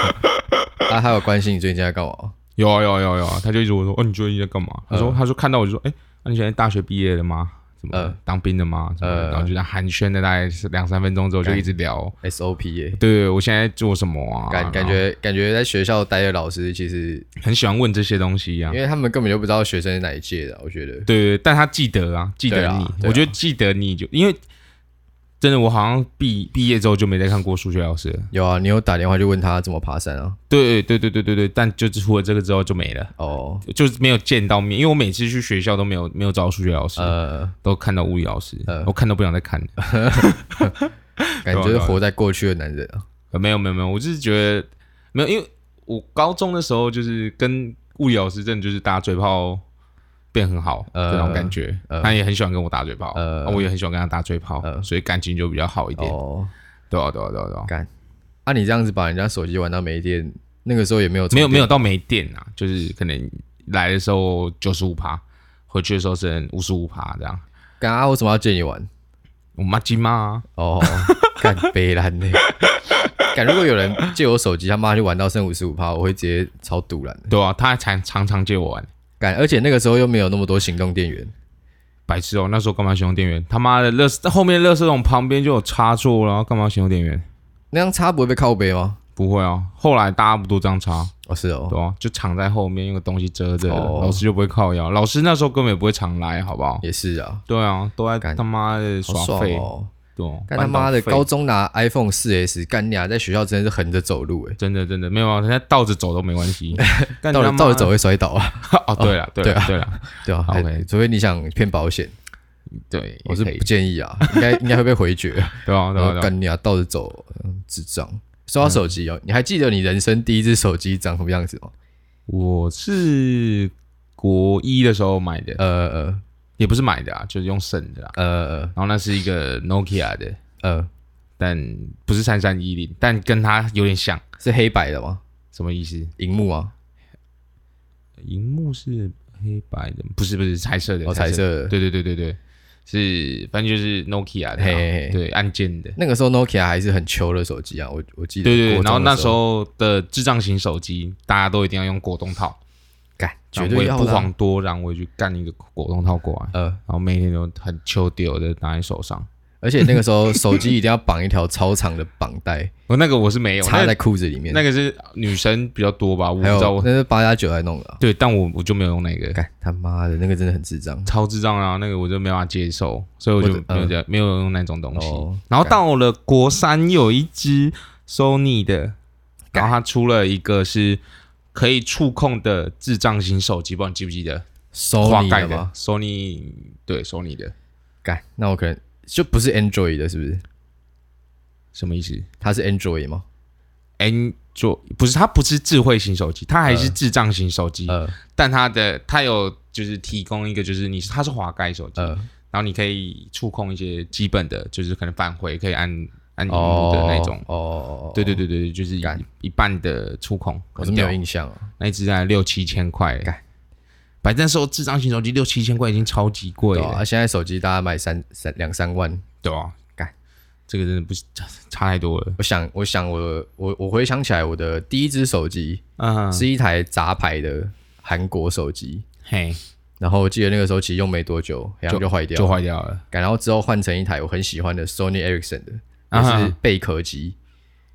Speaker 2: 啊，他有关心你最近在干嘛？
Speaker 1: 有啊有啊有啊有啊，他就一直问我说，哦，你最近在干嘛？他说、他说看到我就说，哎、那、你现在大学毕业了吗？什么、
Speaker 2: 呃
Speaker 1: 当兵的吗？什么的
Speaker 2: 呃
Speaker 1: 然后就这样寒暄的大概是两三分钟之后，就一直聊，
Speaker 2: SOP 耶、
Speaker 1: 对对，我现在做什么啊？
Speaker 2: 感感觉感觉在学校待的老师，其实
Speaker 1: 然后很喜欢问这些东西啊
Speaker 2: 因。为他们根本就不知道学生是哪一届的，啊我觉得
Speaker 1: 对对，但他记得啊，记得
Speaker 2: 对啊
Speaker 1: 你，
Speaker 2: 对啊
Speaker 1: 我觉得记得你就因为真的，我好像毕毕业之后就没再看过数学老师了。
Speaker 2: 有啊，你有打电话去问他怎么爬山啊？
Speaker 1: 对对对对对对，但就除了这个之后就没了，
Speaker 2: 哦，
Speaker 1: 就是没有见到面，因为我每次去学校都没有没有找到数学老师，
Speaker 2: 呃，
Speaker 1: 都看到物理老师，
Speaker 2: 呃
Speaker 1: 我看都不想再看了。
Speaker 2: 感
Speaker 1: 啊
Speaker 2: 觉就是活在过去的男人啊。
Speaker 1: 呃，没有没有没有，我就是觉得没有，因为我高中的时候就是跟物理老师真的就是打嘴炮变很好、
Speaker 2: 呃
Speaker 1: 这种感觉，
Speaker 2: 呃
Speaker 1: 他也很喜欢跟我打嘴炮，
Speaker 2: 呃
Speaker 1: 啊我也很喜欢跟他打嘴炮，
Speaker 2: 呃
Speaker 1: 所以感情就比较好一点。
Speaker 2: 哦，
Speaker 1: 对啊对啊对啊对啊，
Speaker 2: 啊，你这样子把人家手机玩到没电，那个时候也没有
Speaker 1: 没有没有
Speaker 2: 充
Speaker 1: 到没电啊，就是可能来的时候九十五趴，回去的时候只能五十五趴这样。
Speaker 2: 电，干啊，为什么要借你玩？
Speaker 1: 我妈鸡妈啊，
Speaker 2: 哦，干悲蓝呢？ 干，如果有人借我手机，他妈就玩到剩五十五趴，我会直接超堵蓝的。
Speaker 1: 对啊，她还常常常借我玩，
Speaker 2: 干，而且那个时候又没有那么多行动电源，
Speaker 1: 白痴哦、那时候干嘛使用电源？他妈的，乐后面乐色桶旁边就有插座了，干嘛使用电源？
Speaker 2: 那样插不会被靠背吗？
Speaker 1: 不会啊，后来大家不都这样插，
Speaker 2: 哦，是哦，
Speaker 1: 对啊，就藏在后面，用个东西遮着，
Speaker 2: 哦
Speaker 1: 老师就不会靠腰。老师那时候根本也不会常来，好不好？
Speaker 2: 也是啊，
Speaker 1: 对啊，都在
Speaker 2: 干
Speaker 1: 他妈的
Speaker 2: 好
Speaker 1: 耍
Speaker 2: 爽
Speaker 1: 废，
Speaker 2: 哦。
Speaker 1: 对哦，
Speaker 2: 干他妈
Speaker 1: 班
Speaker 2: 的
Speaker 1: 导费
Speaker 2: 高中拿 iPhone 四 S，干你啊，在学校真的是横着走路哎、
Speaker 1: 真的真的没有啊，人家倒着走都没关 系，干
Speaker 2: 倒
Speaker 1: 他
Speaker 2: 着
Speaker 1: 妈
Speaker 2: 倒着走会摔倒啊，
Speaker 1: 哦，对了对了对 了，
Speaker 2: 对啊
Speaker 1: 好
Speaker 2: 哎
Speaker 1: OK
Speaker 2: 除非你想骗保险，
Speaker 1: 对，
Speaker 2: 我是
Speaker 1: 也可以
Speaker 2: 不建议啊， 应该应该会被回绝。
Speaker 1: 对啊对
Speaker 2: 然
Speaker 1: 啊
Speaker 2: 后
Speaker 1: 对啊，
Speaker 2: 干你啊，倒着走，嗯智障。说到手机
Speaker 1: 嗯
Speaker 2: 哦，你还记得你人生第一只手机长什么样子吗？
Speaker 1: 我是国一的时候买的，
Speaker 2: 呃呃
Speaker 1: 也不是买的啊，就是用剩的啦。
Speaker 2: 呃
Speaker 1: 然后那是一个 Nokia 的，
Speaker 2: 呃，
Speaker 1: 但不是三三一零，但跟它有点像，
Speaker 2: 是黑白的吗？
Speaker 1: 什么意思？
Speaker 2: 荧幕啊，
Speaker 1: 荧幕是黑白的，不是不是彩色的，
Speaker 2: 哦，彩
Speaker 1: 色
Speaker 2: 色
Speaker 1: 的。
Speaker 2: 的。
Speaker 1: 对对对对对，是反正就是 Nokia 的啊、
Speaker 2: 嘿嘿嘿
Speaker 1: 对按键的。
Speaker 2: 那个时候 Nokia 还是很穷的手机啊，我我记
Speaker 1: 对
Speaker 2: 得。
Speaker 1: 对对，
Speaker 2: 国中的
Speaker 1: 然后那时候的智障型手机，大家都一定要用果冻套，
Speaker 2: 干绝
Speaker 1: 然后我
Speaker 2: 对
Speaker 1: 也
Speaker 2: 要
Speaker 1: 不
Speaker 2: 的啊
Speaker 1: 遑多让，我也去干一个果冻套过来，
Speaker 2: 呃，
Speaker 1: 然后每天都很秋丢的拿在手上。
Speaker 2: 而且那个时候手机一定要绑一条超长的绑带，
Speaker 1: 我那个 我是没有，那
Speaker 2: 插在
Speaker 1: 个
Speaker 2: 裤子里面。
Speaker 1: 那个是女生比较多吧，我不
Speaker 2: 还
Speaker 1: 知道
Speaker 2: 有
Speaker 1: 我。
Speaker 2: 那是八加九来弄的、啊，
Speaker 1: 对，但我我就没有用那个，
Speaker 2: 干他妈的那个真的很智障。
Speaker 1: 超智障啊，那个我就没办法接受，所以我就
Speaker 2: 我的
Speaker 1: 没有、没有用那种东西。
Speaker 2: 哦
Speaker 1: 然后到了国三有一只 Sony 的，然后它出了一个是可以触控的智障型手机，不知道你记不记得？
Speaker 2: 收你
Speaker 1: 盖
Speaker 2: 的
Speaker 1: 的
Speaker 2: 吗？
Speaker 1: Sony，对 Sony 的，
Speaker 2: 干，那我可能就不是 Android 的，是不是？
Speaker 1: 什么意思
Speaker 2: 它是 Android 吗？
Speaker 1: ？Android 不是，它不是智慧型手机，它还是智障型手机，
Speaker 2: 呃
Speaker 1: 但它的它有就是提供一个就是你它是滑盖手机，
Speaker 2: 呃，
Speaker 1: 然后你可以触控一些基本的，就是可能返回可以按按荧幕的那种。
Speaker 2: 哦哦，
Speaker 1: 对对对对，就是一
Speaker 2: 干
Speaker 1: 一半的触控，
Speaker 2: 我是没有
Speaker 1: 很屌
Speaker 2: 印象啊。
Speaker 1: 那一只才六七千块
Speaker 2: 干。
Speaker 1: 反正那时候智障型手机六七千块已经超级贵
Speaker 2: 对
Speaker 1: 了，
Speaker 2: 啊，现在手机大家买三三两三万，
Speaker 1: 对吧？
Speaker 2: 干，
Speaker 1: 这个真的不是差差太多了。
Speaker 2: 我想我想我我我回想起来，我的第一只手机
Speaker 1: 嗯，
Speaker 2: 是一台杂牌的韩国手机，
Speaker 1: 嘿，
Speaker 2: 然后我记得那个时候其实用没多久，然后就坏掉
Speaker 1: 就
Speaker 2: 了，
Speaker 1: 坏掉了。
Speaker 2: 干然后之后换成一台我很喜欢的 Sony Ericsson 的，
Speaker 1: 啊
Speaker 2: 也
Speaker 1: 哈
Speaker 2: 是贝壳机。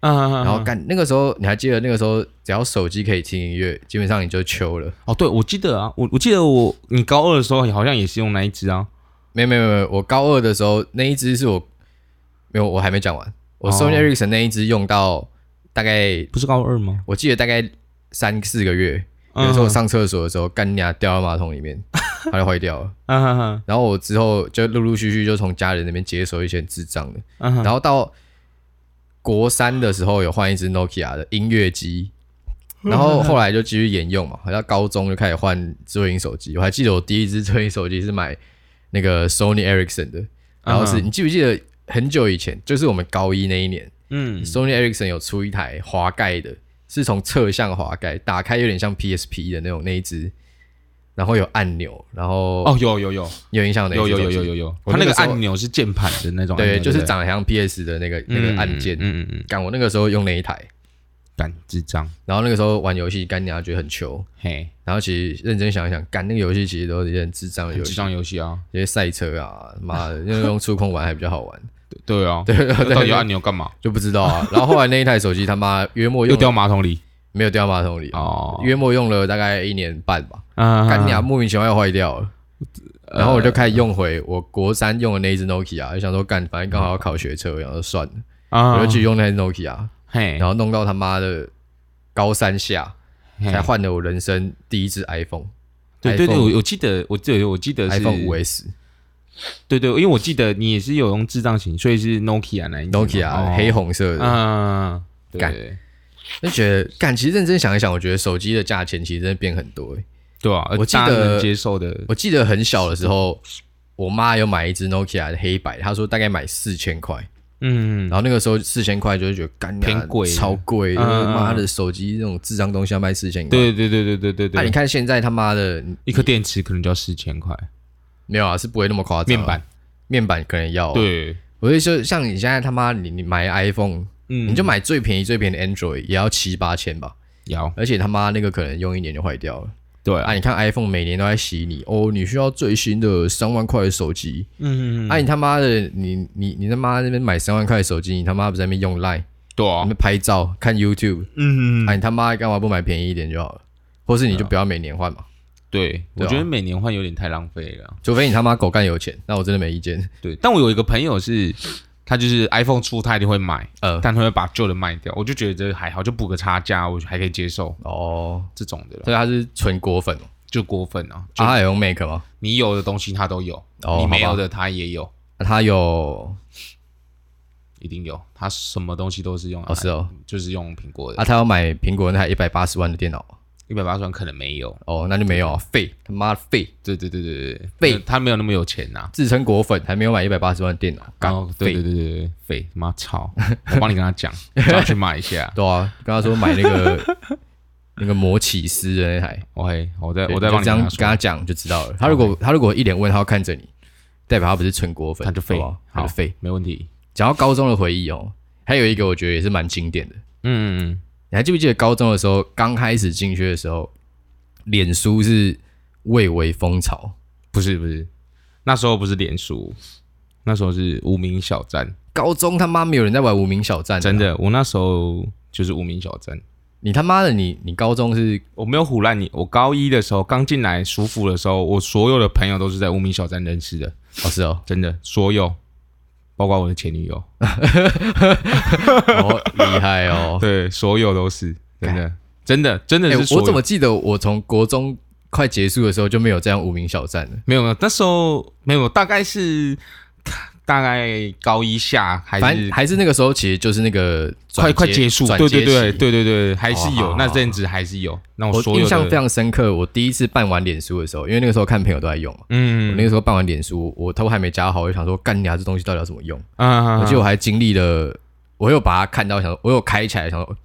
Speaker 1: 嗯，
Speaker 2: 然后干那个时候，你还记得那个时候，只要手机可以听音乐，基本上你就秋了。
Speaker 1: 哦，对，我记得啊，我我记得我你高二的时候好像也是用那一只啊，
Speaker 2: 没有没有没有，我高二的时候那一只是我没有，我还没讲完。我
Speaker 1: 哦
Speaker 2: Sony Ericsson 那一只用到大概，
Speaker 1: 不是高二吗？
Speaker 2: 我记得大概三四个月。有
Speaker 1: 嗯
Speaker 2: 时候我上厕所的时候，干你娘掉到马桶里面，它就坏掉了。
Speaker 1: 嗯哼哼，
Speaker 2: 然后我之后就陆陆续续就从家人那边接手一些智障的，
Speaker 1: 嗯哼，
Speaker 2: 然后到国三的时候有换一只 Nokia 的音乐机，
Speaker 1: 嗯
Speaker 2: 然后后来就继续沿用嘛，好像高中就开始换智慧型手机。我还记得我第一只智慧型手机是买那个 Sony Ericsson 的，然后是、你记不记得很久以前，就是我们高一那一年、
Speaker 1: 嗯
Speaker 2: s o n y Ericsson 有出一台滑盖的，是从侧向滑盖打开，有点像 PSP 的那种那一只。然后有按钮，然后
Speaker 1: 哦，有有有
Speaker 2: 有印象的那一
Speaker 1: 有
Speaker 2: 只
Speaker 1: 有有
Speaker 2: 手机
Speaker 1: 有有有，
Speaker 2: 我
Speaker 1: 它那
Speaker 2: 那
Speaker 1: 个
Speaker 2: 个时候
Speaker 1: 按钮是键盘的那种按钮，
Speaker 2: 对，就是
Speaker 1: 不
Speaker 2: 长得像 PS 的那个那个
Speaker 1: 嗯
Speaker 2: 按键。
Speaker 1: 嗯嗯嗯，
Speaker 2: 干、我那个时候用那一台，
Speaker 1: 干智障，
Speaker 2: 然后那个时候玩游戏，干你娘觉得很糗。
Speaker 1: 嘿，
Speaker 2: 然后其实认真想一想，干那个游戏其实都是一些很智障的游
Speaker 1: 智
Speaker 2: 戏，
Speaker 1: 障游戏啊，
Speaker 2: 一些赛车啊，妈的，用用触控玩还比较好玩，
Speaker 1: 对对啊，
Speaker 2: 对对
Speaker 1: 那到底要
Speaker 2: 对，
Speaker 1: 按钮干嘛？
Speaker 2: 就不知道啊。然后后来那一台手机他妈约莫
Speaker 1: 又
Speaker 2: 用
Speaker 1: 掉
Speaker 2: 了
Speaker 1: 马桶里
Speaker 2: 没有掉马桶里啊，
Speaker 1: 哦，
Speaker 2: 约莫用了大概一年半吧，
Speaker 1: 啊呃
Speaker 2: 干你娘莫名其妙又坏掉了。然后我就开始用回我国三用的那一只 Nokia，就想说干，反正刚好要考学车，然后算了，
Speaker 1: 啊哎
Speaker 2: 我就继续用那只 Nokia，
Speaker 1: 嘿
Speaker 2: 然后弄到他妈的高三下
Speaker 1: 嘿
Speaker 2: 才换了我人生第一只 iPhone，
Speaker 1: 对对对，
Speaker 2: iPhone-
Speaker 1: 我我记得，我记得，我记得是
Speaker 2: iPhone 五 S
Speaker 1: 对对，因为我记得你也是有用智障型，所以是 Nokia 那一只嘛哦
Speaker 2: Nokia 黑，红色的，
Speaker 1: 嗯，对
Speaker 2: 干就觉得干，其实认真想一想，我觉得手机的价钱其实真的变很多、欸。
Speaker 1: 对啊，
Speaker 2: 我记
Speaker 1: 大家
Speaker 2: 得
Speaker 1: 能接受的，
Speaker 2: 我记得很小的时候，我妈有买一只 Nokia 的黑白，她说大概买四千块，
Speaker 1: 嗯
Speaker 2: 然，后那个时候四千块就会觉得干
Speaker 1: 偏
Speaker 2: 娘
Speaker 1: 贵
Speaker 2: 超贵，
Speaker 1: 嗯
Speaker 2: 就是
Speaker 1: 嗯嗯
Speaker 2: 妈的手机这种智障东西要卖四千块。
Speaker 1: 对对对对对对
Speaker 2: 那、你
Speaker 1: 对，
Speaker 2: 看现在他妈的
Speaker 1: 一颗电池可能就要四千块，
Speaker 2: 没有啊，是不会那么夸张啊。
Speaker 1: 面板，
Speaker 2: 面板可能要、啊，
Speaker 1: 对，
Speaker 2: 我就说像你现在他妈你你买 iPhone，、
Speaker 1: 嗯，
Speaker 2: 你就买最便宜最便宜的 Android 也要七八千吧，
Speaker 1: 摇，
Speaker 2: 而且他妈那个可能用一年就坏掉了。
Speaker 1: 对
Speaker 2: 啊，，你看 iPhone 每年都在洗你哦，你需要最新的三万块的手机。
Speaker 1: 嗯，
Speaker 2: 啊，你他妈的，你你你他妈那边买三万块的手机，你他妈不是在那边用 Line，
Speaker 1: 对
Speaker 2: 那
Speaker 1: 啊，
Speaker 2: 边拍照、看 YouTube，、
Speaker 1: 嗯，啊
Speaker 2: 啊，你他妈干嘛不买便宜一点就好了？或是你就不要每年换嘛，
Speaker 1: 对，我
Speaker 2: 对啊
Speaker 1: 觉得每年换有点太浪费了，
Speaker 2: 除非你他妈狗干有钱，那我真的没意见。
Speaker 1: 对，但我有一个朋友是。他就是 iPhone 出，他一定会买，
Speaker 2: 呃，
Speaker 1: 但他会把旧的卖掉，我就觉得还好，就补个差价，我还可以接受
Speaker 2: 哦，
Speaker 1: 这种的了，
Speaker 2: 所以他是纯果粉哦，
Speaker 1: 就过分啊！就
Speaker 2: 啊，他有用 Make 吗？
Speaker 1: 你有的东西他都有，
Speaker 2: 哦
Speaker 1: 你没
Speaker 2: 好吧
Speaker 1: 有的他也有，
Speaker 2: 啊他有
Speaker 1: 一定有。他什么东西都是用，
Speaker 2: 哦是哦，
Speaker 1: 就是用苹果的
Speaker 2: 啊，。他要买苹果那台一百八十万的电脑
Speaker 1: 一百八十万可能没有，
Speaker 2: 哦，那就没有啊，废他妈的废，
Speaker 1: 对对对对对
Speaker 2: 废
Speaker 1: 对，他没有那么有钱呐。
Speaker 2: 自称果粉还没有买一百八十万的电脑，
Speaker 1: 然
Speaker 2: 干
Speaker 1: 后对
Speaker 2: 废
Speaker 1: 对对对对，废妈操！ 我帮你跟他讲，叫他去买一下。
Speaker 2: 对啊，跟他说买那 个那个魔起司的那台，
Speaker 1: OK，我呃再我再
Speaker 2: 对
Speaker 1: 帮
Speaker 2: 你
Speaker 1: 你
Speaker 2: 就这样
Speaker 1: 跟他
Speaker 2: 跟
Speaker 1: 说。
Speaker 2: 他讲就知道了。他如果他如果一脸问号看着你，代表他不是纯果粉，
Speaker 1: 他就废
Speaker 2: 好不好他
Speaker 1: 好
Speaker 2: 就废。
Speaker 1: 没问题。
Speaker 2: 讲到高中的回忆哦，还有一个我觉得也是蛮经典的，
Speaker 1: 嗯，
Speaker 2: 你还记不记得高中的时候刚开始进去的时候，脸书是蔚为风潮，
Speaker 1: 不是不是，那时候不是脸书，那时候是无名小站。
Speaker 2: 高中他妈没有人在玩无名小站，啊
Speaker 1: 真。的，啊我那时候就是无名小站。
Speaker 2: 你他妈的你你高中是
Speaker 1: 我没有唬烂你，我高一的时候刚进来舒服的时候，我所有的朋友都是在无名小站认识的，
Speaker 2: 哦 是哦，
Speaker 1: 真的，所有，包括我的前女友，
Speaker 2: 哦厉害哦。
Speaker 1: 对，所有都是真的，真的，真的
Speaker 2: 哎、
Speaker 1: 是所有。
Speaker 2: 我怎么记得我从国中快结束的时候就没有这样无名小站了？
Speaker 1: 没有没有？那时候没有，大概是大概高一下还
Speaker 2: 反正
Speaker 1: 是
Speaker 2: 还是那个时候，其实就是那个转
Speaker 1: 快
Speaker 2: 接
Speaker 1: 快结束，
Speaker 2: 转
Speaker 1: 对
Speaker 2: 接
Speaker 1: 对对
Speaker 2: 期
Speaker 1: 对对对，还是
Speaker 2: 好好
Speaker 1: 有
Speaker 2: 好
Speaker 1: 那阵子还是有。那我所
Speaker 2: 我
Speaker 1: 有
Speaker 2: 印象非
Speaker 1: 的，
Speaker 2: 常深刻，我第一次办完脸书的时候，因为那个时候看朋友都在用嘛，我
Speaker 1: 嗯
Speaker 2: 那个时候办完脸书，我都还没加好，我就想说干你啊，这东西到底要怎么用？
Speaker 1: 啊，
Speaker 2: 我记得我还经历了，我有把它看到，想说我有开起来，想说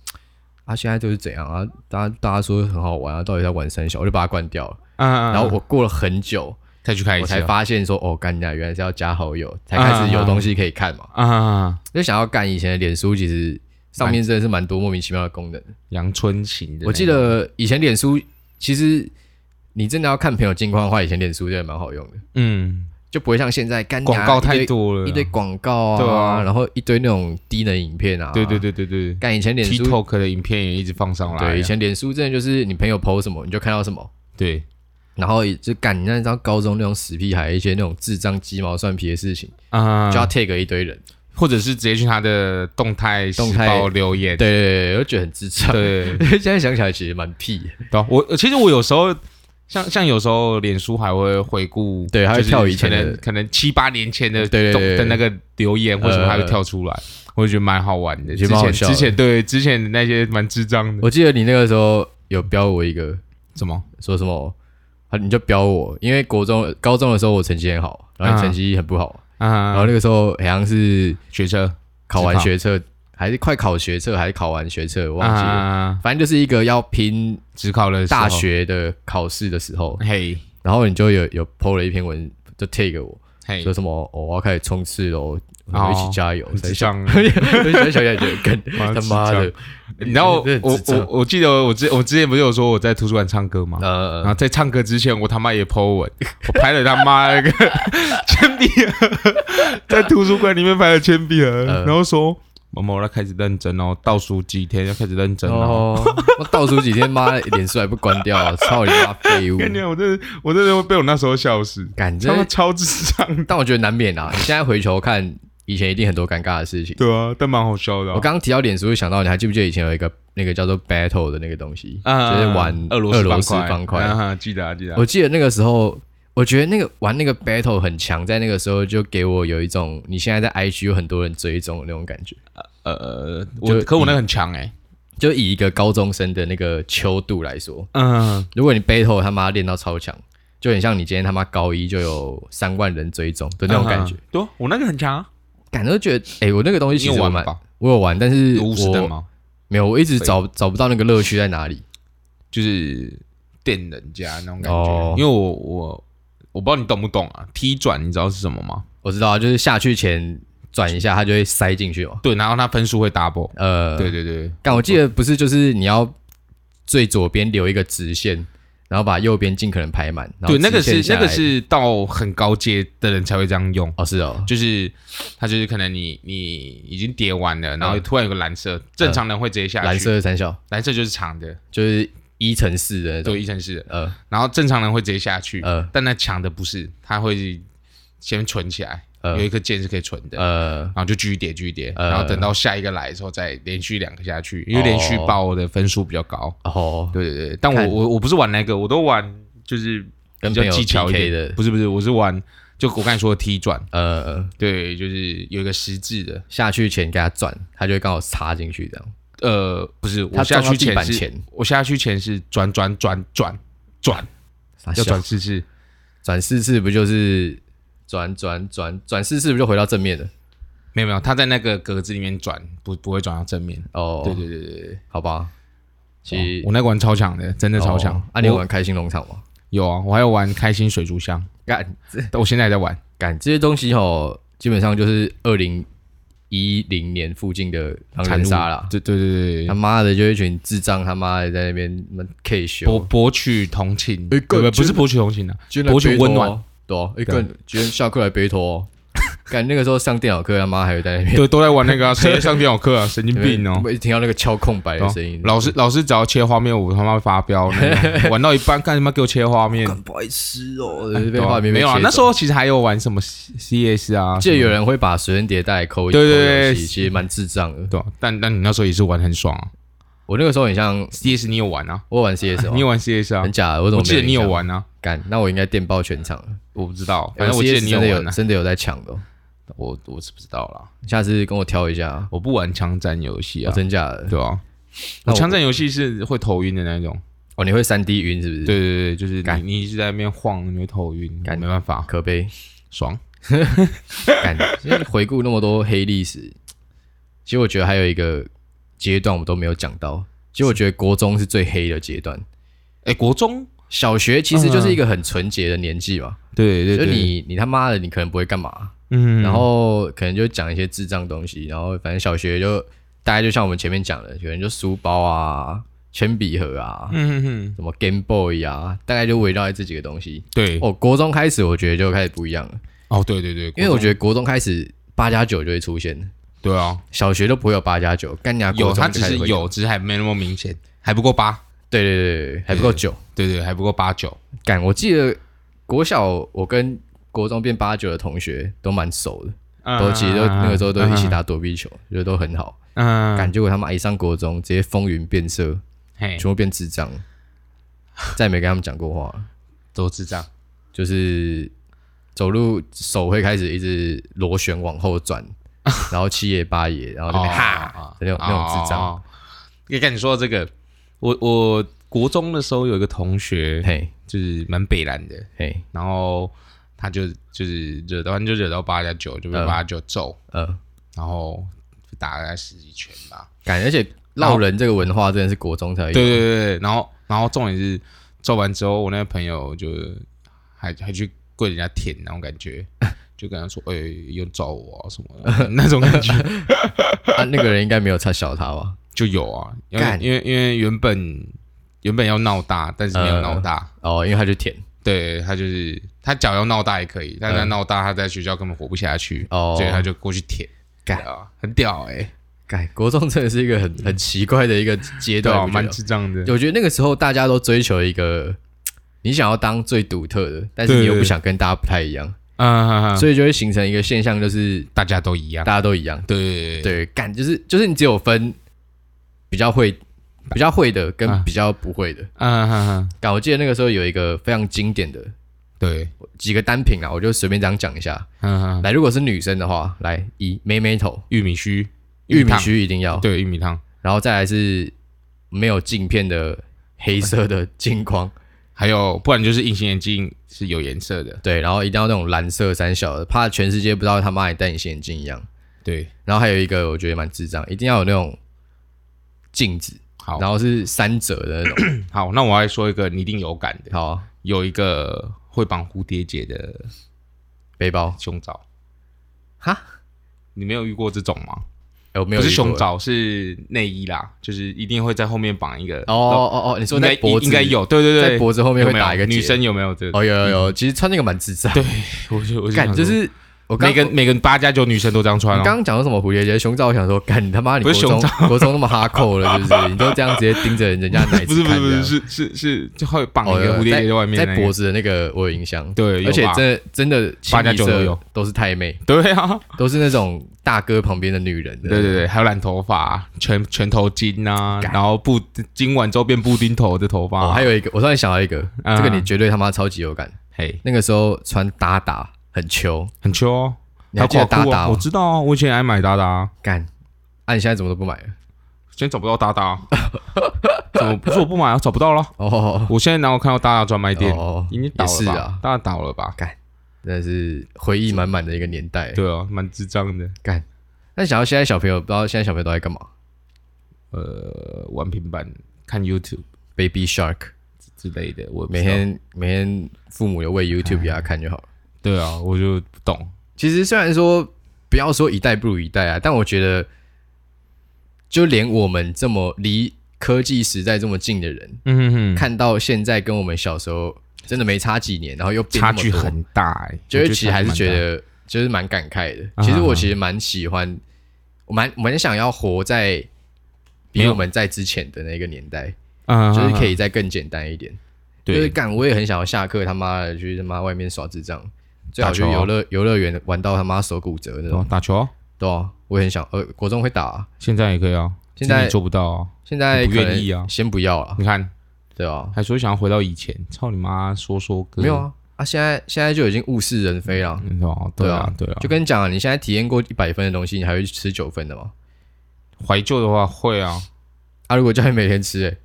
Speaker 2: 啊现在就是怎样啊，大家大家说很好玩啊，到底在玩三小，我就把它关掉了。
Speaker 1: 啊，
Speaker 2: 然后我过了很久，
Speaker 1: 再去看一
Speaker 2: 我
Speaker 1: 次
Speaker 2: 才
Speaker 1: 哦
Speaker 2: 发现说哦干你啊，原来是要加好友才开始有东西可以看嘛。
Speaker 1: 啊，
Speaker 2: 就想要干以前的脸书，其实上面真的是蛮多莫名其妙的功能。
Speaker 1: 阳春型的那种，
Speaker 2: 我记得以前脸书，其实你真的要看朋友近况的话，以前脸书真的蛮好用的。
Speaker 1: 嗯。
Speaker 2: 就不会像现在干
Speaker 1: 广告太
Speaker 2: 多
Speaker 1: 多了，
Speaker 2: 一堆广告
Speaker 1: 啊对
Speaker 2: 啊，
Speaker 1: 啊
Speaker 2: 然后一堆那种低能影片啊，
Speaker 1: 对对，对对对
Speaker 2: 干以前脸书
Speaker 1: ，TikTok 的影片也一直放上来啊，
Speaker 2: 对以前脸书真的就是你朋友 PO 什么你就看到什么，
Speaker 1: 对
Speaker 2: 然后也就干你那张高中那种死屁孩一些那种智障鸡毛蒜皮的事情，
Speaker 1: 啊
Speaker 2: 就，要 take 一堆人，
Speaker 1: 或者是直接去他的动态时
Speaker 2: 动态
Speaker 1: 报留言，
Speaker 2: 对对对，我就觉得很智障。
Speaker 1: 对
Speaker 2: 现在想起来其实蛮屁的，
Speaker 1: 对啊，我其实我有时候像像有时候脸书还会回顾，
Speaker 2: 对还会
Speaker 1: 就是
Speaker 2: 跳以前
Speaker 1: 可
Speaker 2: 的
Speaker 1: 能可能七八年前的
Speaker 2: 对对
Speaker 1: 动
Speaker 2: 对
Speaker 1: 的那个留言或什么，
Speaker 2: 呃
Speaker 1: 还会跳出来，我就觉得蛮好玩的。
Speaker 2: 其
Speaker 1: 之
Speaker 2: 实蛮好
Speaker 1: 前
Speaker 2: 笑的
Speaker 1: 之前对之前那些蛮智障的，
Speaker 2: 我记得你那个时候有标我一个
Speaker 1: 什么
Speaker 2: 说什么，啊你就标我，因为国中高中的时候我成绩很好，然后你
Speaker 1: 啊
Speaker 2: 成绩很不好，然后
Speaker 1: 啊
Speaker 2: 那个时候好像是
Speaker 1: 学车
Speaker 2: 考完
Speaker 1: 自考
Speaker 2: 学测，还是快考学测，还是考完学测，我忘记了。
Speaker 1: 啊，
Speaker 2: 反正就是一个要拼
Speaker 1: 只考了
Speaker 2: 大学的考试的时候，
Speaker 1: 嘿
Speaker 2: 然后你就有有 PO 了一篇文，就 tag 我，
Speaker 1: 嘿
Speaker 2: 说，什么、哦、我要开始冲刺喽，我们
Speaker 1: 哦
Speaker 2: 一起加油。
Speaker 1: 很
Speaker 2: 才
Speaker 1: 智
Speaker 2: 想，
Speaker 1: 障。
Speaker 2: 想想想跟
Speaker 1: 妈
Speaker 2: 他妈的，
Speaker 1: 你知道我
Speaker 2: 真的
Speaker 1: 我我我
Speaker 2: 很智障
Speaker 1: 记得我之我之前不是有说我在图书馆唱歌吗？然
Speaker 2: 呃
Speaker 1: 后，在唱歌之前，我他妈也 po 文， 我拍了他妈那个 铅笔盒， 在图书馆里面拍了铅笔盒，
Speaker 2: 嗯
Speaker 1: 然后说某某要开始认真哦，倒数几天要开始认真哦。
Speaker 2: 哦，我倒数几天，妈的脸书还不关掉啊，操你妈废物！
Speaker 1: 跟你讲，我真的我真的会被我那时候笑死，
Speaker 2: 感
Speaker 1: 他妈
Speaker 2: 觉，
Speaker 1: 超智障，
Speaker 2: 但我觉得难免啊。你现在回头看，以前一定很多尴尬的事情。
Speaker 1: 对啊，但蛮好笑的啊、
Speaker 2: 我刚刚提到脸书，就想到你还记不记得以前有一个那个叫做 Battle 的那个东西，
Speaker 1: 啊
Speaker 2: 就是玩
Speaker 1: 俄罗
Speaker 2: 俄罗斯
Speaker 1: 斯
Speaker 2: 方块。
Speaker 1: 啊，记得啊记得啊
Speaker 2: 我记得那个时候，我觉得那个玩那个 Battle 很强，在那个时候就给我有一种你现在在 IG 有很多人追踪的那种感觉，
Speaker 1: 呃，
Speaker 2: 就
Speaker 1: 我可我那个很强
Speaker 2: 欸
Speaker 1: 哎、
Speaker 2: 就以一个高中生的那个秋度来说，
Speaker 1: 嗯，
Speaker 2: 如果你 Battle 他妈练到超强，就很像你今天他妈高一就有三万人追踪的那种感觉
Speaker 1: 嗯，，对啊，我那个很强啊，
Speaker 2: 感觉觉得哎、我那个东西
Speaker 1: 你
Speaker 2: 其
Speaker 1: 有
Speaker 2: 实我
Speaker 1: 玩
Speaker 2: 蛮
Speaker 1: 吧？
Speaker 2: 我有玩，但是
Speaker 1: 有五十
Speaker 2: 我
Speaker 1: 吗？
Speaker 2: 没有，我一直找找不到那个乐趣在哪里。
Speaker 1: 就是电人家那种感觉。
Speaker 2: 哦
Speaker 1: 因为我我我不知道你懂不懂啊，T 转你知道是什么吗？
Speaker 2: 我知道啊，就是下去前转一下，它就会塞进去嘛。
Speaker 1: 对，然后它分数会 double、
Speaker 2: 呃，
Speaker 1: 对，对对，
Speaker 2: 但我记得不是就是你要最左边留一个直线，然后把右边尽可能排满。然后
Speaker 1: 对，那个
Speaker 2: 直线
Speaker 1: 是
Speaker 2: 下
Speaker 1: 那
Speaker 2: 来
Speaker 1: 个是到很高阶的人才会这样用。
Speaker 2: 哦是哦，
Speaker 1: 就是，它就是可能你你已经叠完了，然后
Speaker 2: 嗯
Speaker 1: 突然有个蓝色，正常人会直接下去。
Speaker 2: 蓝色的三小
Speaker 1: 蓝色就是长的，
Speaker 2: 就是一乘四的那种。
Speaker 1: 对，一层是的。
Speaker 2: 呃
Speaker 1: 然后正常人会直接下去，
Speaker 2: 呃
Speaker 1: 但那强的不是，他会先存起来，
Speaker 2: 呃
Speaker 1: 有一颗键是可以存的。
Speaker 2: 呃
Speaker 1: 然后就继续叠，继续叠，
Speaker 2: 呃
Speaker 1: 然后等到下一个来的时候再连续两个下去，因为连续爆的分数比较高。
Speaker 2: 哦，
Speaker 1: 对对对，但我
Speaker 2: 看
Speaker 1: 我我不是玩那个，我都玩就是
Speaker 2: 跟
Speaker 1: 比较
Speaker 2: 朋友
Speaker 1: 技巧一
Speaker 2: PK
Speaker 1: 点
Speaker 2: 的
Speaker 1: 不是不是，我是玩就我刚才说的 T 转，
Speaker 2: 呃
Speaker 1: 对，就是有一个十字的，
Speaker 2: 下去前给它转，它就会刚好插进去这样。
Speaker 1: 呃，不是，
Speaker 2: 它
Speaker 1: 我下去
Speaker 2: 撞到地
Speaker 1: 前
Speaker 2: 板
Speaker 1: 是，
Speaker 2: 前
Speaker 1: 我下去前是转转转转转，
Speaker 2: 傻
Speaker 1: 要
Speaker 2: 笑
Speaker 1: 转四次，
Speaker 2: 转四次不就是转转转转四次不就回到正面了？
Speaker 1: 没有没有，他在那个格子里面转，不不会转到正面。
Speaker 2: 哦，
Speaker 1: 对对对对对，哦
Speaker 2: 好吧，其实
Speaker 1: 我那个玩超强的，真的超强
Speaker 2: 哦。啊，你有
Speaker 1: 我
Speaker 2: 玩开心农场吗？
Speaker 1: 有啊，我还有玩开心水族 箱，
Speaker 2: 干这
Speaker 1: 但我现在还在玩。
Speaker 2: 干这些东西哦，基本上就是二零一零年附近的狼人杀啦。
Speaker 1: 对对对对
Speaker 2: 他
Speaker 1: 对，
Speaker 2: 妈的，就一群智障，他妈的在那边他妈 K
Speaker 1: 博
Speaker 2: 修，
Speaker 1: 博取同情，
Speaker 2: 哎
Speaker 1: 不
Speaker 2: 干
Speaker 1: 不不
Speaker 2: 真
Speaker 1: 是
Speaker 2: 的
Speaker 1: 博取同情的，啊
Speaker 2: 居
Speaker 1: 博取温暖，，
Speaker 2: 对啊，一个居然下课来背托哦，干那个时候上电脑课，他妈还有在那 边
Speaker 1: 对，都在玩那个啊，谁在上电脑课啊，神经病哦。
Speaker 2: 一听到那个敲空白
Speaker 1: 然
Speaker 2: 的
Speaker 1: 后
Speaker 2: 声音，
Speaker 1: 老师老师只要切画面，我他妈会发飙，那种玩到一半干他妈给我切画面，
Speaker 2: 干白痴哦，被
Speaker 1: 对啊
Speaker 2: 画面
Speaker 1: 没有啊
Speaker 2: 被切？走
Speaker 1: 那时候其实还有玩什么 C S 啊，
Speaker 2: 记得
Speaker 1: 什
Speaker 2: 有
Speaker 1: 么
Speaker 2: 人会把随身碟带来扣一
Speaker 1: 对对
Speaker 2: 扣游
Speaker 1: 对
Speaker 2: 戏其实蛮智障的。
Speaker 1: 对啊，但但你那时候也是玩很爽啊
Speaker 2: 我那个时候很像
Speaker 1: ，C S 你有玩啊，
Speaker 2: 我有玩 CS，哦
Speaker 1: 你有玩 C S 啊
Speaker 2: 很？假的，我怎
Speaker 1: 我
Speaker 2: 么
Speaker 1: 记得
Speaker 2: 没
Speaker 1: 你
Speaker 2: 印象
Speaker 1: 有玩啊，
Speaker 2: 干？那我应该电爆全场了。
Speaker 1: 我不知道，反正我记得
Speaker 2: CS
Speaker 1: 你有
Speaker 2: 真的
Speaker 1: 玩
Speaker 2: 有
Speaker 1: 啊，
Speaker 2: 真的有在抢的哦，
Speaker 1: 我我是不知道啦，
Speaker 2: 下次跟我挑一下啊，
Speaker 1: 我不玩枪战游戏
Speaker 2: 哦
Speaker 1: 啊，
Speaker 2: 真假的
Speaker 1: 对啊，我
Speaker 2: 那我
Speaker 1: 枪战游戏是会头晕的那种。
Speaker 2: 哦，你会三 D 晕是不是？
Speaker 1: 对，对对，就是
Speaker 2: 干
Speaker 1: 你你一直在那边晃，你会头晕，
Speaker 2: 干
Speaker 1: 没办法，
Speaker 2: 可悲，
Speaker 1: 爽。
Speaker 2: 干。其实回顾那么多黑历史，其实我觉得还有一个阶段我们都没有讲到，其实我觉得国中是最黑的阶段，
Speaker 1: 哎，国中，
Speaker 2: 小学其实就是一个很纯洁的年纪嘛，
Speaker 1: 对嗯对
Speaker 2: 就
Speaker 1: 对，
Speaker 2: 你你他妈的你可能不会干嘛，
Speaker 1: 嗯，
Speaker 2: 然后可能就讲一些智障东西，然后反正小学就大概就像我们前面讲的，可能就书包啊、铅笔盒啊、
Speaker 1: 嗯嗯嗯，
Speaker 2: 什么 Game Boy 啊，大概就围绕在这几个东西。
Speaker 1: 对，
Speaker 2: 哦，国中开始我觉得就开始不一样了，
Speaker 1: 哦，对对对，
Speaker 2: 因为我觉
Speaker 1: 得
Speaker 2: 得国中开始八加九就会出现，
Speaker 1: 对啊，
Speaker 2: 小学都不会有八加九，干你娘
Speaker 1: 有
Speaker 2: 国
Speaker 1: 它
Speaker 2: 中就
Speaker 1: 只
Speaker 2: 开始
Speaker 1: 是
Speaker 2: 会，
Speaker 1: 有，只是还没那么明显，还不够八，
Speaker 2: 对对对对，还不够久。
Speaker 1: 对对，还不够八九，
Speaker 2: 干，我记得国小我跟国中变八九的同学都蛮熟的，都其实都
Speaker 1: 啊
Speaker 2: 那个时候都一起打躲避球，觉得都很好。
Speaker 1: 嗯，嗯，
Speaker 2: 感觉果他妈一上国中，直接风云变色，
Speaker 1: 嘿，
Speaker 2: 全部变智障，再也没跟他们讲过话了，
Speaker 1: 都智障，
Speaker 2: 就是走路手会开始一直螺旋往后 转，然后七爷八爷，然后那边哈，
Speaker 1: 哈
Speaker 2: 那种那种智。
Speaker 1: 哦
Speaker 2: 障
Speaker 1: 哦哦也跟你说到这个，我我国中的时候有一个同学，
Speaker 2: 嘿
Speaker 1: 就是蛮北蓝的，
Speaker 2: 嘿，
Speaker 1: 然后他就就是惹到，反正就惹到八加九，就被
Speaker 2: 嗯
Speaker 1: 八加九揍，
Speaker 2: 呃，
Speaker 1: 然后打了十几拳吧。
Speaker 2: 感而且
Speaker 1: 然后
Speaker 2: 闹人这个文化真的是国中才有，
Speaker 1: 对对对对，然后然后重点是揍完之后，我那个朋友就还还去跪人家舔那种感觉，就跟他说：“哎、又揍我、啊、什么的那种感觉。”
Speaker 2: 啊，那个人应该没有差小他吧？
Speaker 1: 就有啊，因为
Speaker 2: 干
Speaker 1: 因为因为原本原本要闹大，但是没有闹大，
Speaker 2: 哦，因为他就舔
Speaker 1: 对他就是他脚要闹大也可以，但他
Speaker 2: 嗯
Speaker 1: 闹大他在学校根本活不下去，
Speaker 2: 哦
Speaker 1: 所以他就过去舔，
Speaker 2: 干
Speaker 1: 对啊，很屌哎、欸，
Speaker 2: 改国中真的是一个很很奇怪的一个阶
Speaker 1: 对
Speaker 2: 段，
Speaker 1: 啊，
Speaker 2: 我觉得
Speaker 1: 蛮智障的，
Speaker 2: 我觉得那个时候大家都追求一个你想要当最独特的，但是你又不想跟大家不太一样，
Speaker 1: 啊，所以
Speaker 2: 所以就会形成一个现象，就是
Speaker 1: 大家都一样
Speaker 2: 大，家都一样。
Speaker 1: 对
Speaker 2: 对，干就是就是你只有分比较会、比较会的跟
Speaker 1: 啊
Speaker 2: 比较不会的。
Speaker 1: 啊哈哈，
Speaker 2: 干，我记得那个时候有一个非常经典的
Speaker 1: 对，
Speaker 2: 几个单品啊，我就随便这样讲一下。
Speaker 1: 嗯哈，
Speaker 2: 来，如果是女生的话，来一妹妹头，
Speaker 1: 玉米须，
Speaker 2: 玉米
Speaker 1: 汤，
Speaker 2: 须一定要，
Speaker 1: 对，玉米汤，
Speaker 2: 然后再来是没有镜片的黑色的镜框。
Speaker 1: 还有不然就是隐形眼镜是有颜色的，
Speaker 2: 对，然后一定要那种蓝色三小的，怕全世界不知道他妈你戴隐形眼镜一样。
Speaker 1: 对，
Speaker 2: 然后还有一个我觉得蛮智障，一定要有那种镜子，
Speaker 1: 好
Speaker 2: 然后是三折的那种。
Speaker 1: 好，那我来说一个你一定有感的，
Speaker 2: 好啊，
Speaker 1: 有一个会绑蝴蝶结的
Speaker 2: 背包
Speaker 1: 胸罩。
Speaker 2: 哈，
Speaker 1: 你没有遇过这种吗？
Speaker 2: 哎我没有
Speaker 1: 不是
Speaker 2: 遇过
Speaker 1: 胸罩，是内衣啦，就是一定会在后面绑一个。
Speaker 2: 哦哦哦，你说
Speaker 1: 应该
Speaker 2: 在脖子
Speaker 1: 应该有，对对对，
Speaker 2: 在脖子后面会打一个
Speaker 1: 有没有
Speaker 2: 结
Speaker 1: 女生有没有这个？
Speaker 2: 哦有有有，其实穿那个蛮智障。对，
Speaker 1: 我就我
Speaker 2: 干
Speaker 1: 想
Speaker 2: 就
Speaker 1: 说
Speaker 2: 是我刚
Speaker 1: 每个每个八加九女生都这样
Speaker 2: 我
Speaker 1: 穿
Speaker 2: 你
Speaker 1: 哦。
Speaker 2: 刚刚讲到什么蝴蝶结胸罩，我想说干你他妈你
Speaker 1: 不
Speaker 2: 国
Speaker 1: 是
Speaker 2: 中
Speaker 1: 胸
Speaker 2: 国中那么哈扣了，就是你都这样直接盯着人 家奶
Speaker 1: 不是不
Speaker 2: 子
Speaker 1: 是
Speaker 2: 看
Speaker 1: 不
Speaker 2: 这
Speaker 1: 是
Speaker 2: 样。
Speaker 1: 是是是，就会绑
Speaker 2: 哦
Speaker 1: 一
Speaker 2: 有
Speaker 1: 个
Speaker 2: 有
Speaker 1: 蝴蝶结在外
Speaker 2: 在
Speaker 1: 面那
Speaker 2: 脖
Speaker 1: 个。
Speaker 2: 子的那个我有印象，
Speaker 1: 对，有
Speaker 2: 而且
Speaker 1: 吧
Speaker 2: 真的真的
Speaker 1: 八加九
Speaker 2: 清一色
Speaker 1: 都有
Speaker 2: 都是太妹，
Speaker 1: 对啊，
Speaker 2: 都是那种大哥旁边的女人的。
Speaker 1: 对对对，还有染头发、全全头巾啊，
Speaker 2: 干
Speaker 1: 然后布今晚之后变布丁头的头
Speaker 2: 哦，
Speaker 1: 发，
Speaker 2: 还有一个，我突然想到一个，
Speaker 1: 啊嗯
Speaker 2: 这个你绝对他妈超级有感。
Speaker 1: 嘿，
Speaker 2: 那个时候穿打打很秋，
Speaker 1: 很秋哦，
Speaker 2: 你还记
Speaker 1: 还
Speaker 2: 得
Speaker 1: 有垮
Speaker 2: 打
Speaker 1: 裤啊
Speaker 2: 打
Speaker 1: 我
Speaker 2: 哦？
Speaker 1: 知道啊，我以前也爱买达达啊。
Speaker 2: 干，啊，你现在怎么都不买了？
Speaker 1: 现在找不到搭 搭，怎么不是我不买啊？找不到了。
Speaker 2: 哦，
Speaker 1: 我现在哪有看到搭搭专卖店？
Speaker 2: 哦
Speaker 1: 已经倒了
Speaker 2: 也是
Speaker 1: 吧？
Speaker 2: 啊
Speaker 1: 搭搭倒了吧？
Speaker 2: 真的是回忆满满的一个年代。
Speaker 1: 对啊，蛮智障的。
Speaker 2: 但想到现在小朋友，不知道现在小朋友都在干嘛
Speaker 1: 呃，玩平板、看 YouTube
Speaker 2: ？Baby Shark，
Speaker 1: 之类的，我也不知
Speaker 2: 每
Speaker 1: 道
Speaker 2: 天每天父母有喂 YouTube 给他看就好了。
Speaker 1: 对啊，我就不懂。
Speaker 2: 其实虽然说不要说一代不如一代啊，但我觉得，就连我们这么离科技时代这么近的人，
Speaker 1: 嗯哼哼，
Speaker 2: 看到现在跟我们小时候真的没差几年，然后又变
Speaker 1: 差
Speaker 2: 那么
Speaker 1: 距
Speaker 2: 多
Speaker 1: 很大哎、欸，
Speaker 2: 就
Speaker 1: 我觉
Speaker 2: 是
Speaker 1: 得
Speaker 2: 其实还是
Speaker 1: 差距蛮
Speaker 2: 觉
Speaker 1: 大
Speaker 2: 得就是蛮感慨的。
Speaker 1: 啊
Speaker 2: 其实我其实蛮喜欢，我蛮蛮想要活在比我们在之前的那个年代，
Speaker 1: 嗯，
Speaker 2: 就是可
Speaker 1: 以
Speaker 2: 以再更简单一点。就是
Speaker 1: 对
Speaker 2: 干，我也很想要下课他妈的去他妈外面耍智障，最好去
Speaker 1: 打球啊
Speaker 2: 游乐游乐园玩到他妈手骨折那
Speaker 1: 对啊
Speaker 2: 种。
Speaker 1: 打球啊，
Speaker 2: 对啊，我也很想，呃，国中会打啊，
Speaker 1: 现在也可以啊，
Speaker 2: 现在哦
Speaker 1: 只是你做不到啊。
Speaker 2: 现在
Speaker 1: 不
Speaker 2: 可
Speaker 1: 愿意啊
Speaker 2: 能先不要了，
Speaker 1: 你看，
Speaker 2: 对吧？
Speaker 1: 还说想要回到以前，操你妈，说说哥，
Speaker 2: 没有，啊，啊，现在现在就已经物是人非了。
Speaker 1: 你知道吗？嗯对啊，对啊，
Speaker 2: 就跟你讲啊，你现在体验过一百分的东西，你还会去吃九分的吗？
Speaker 1: 怀旧的话会啊，
Speaker 2: 啊，如果叫你每天吃、欸，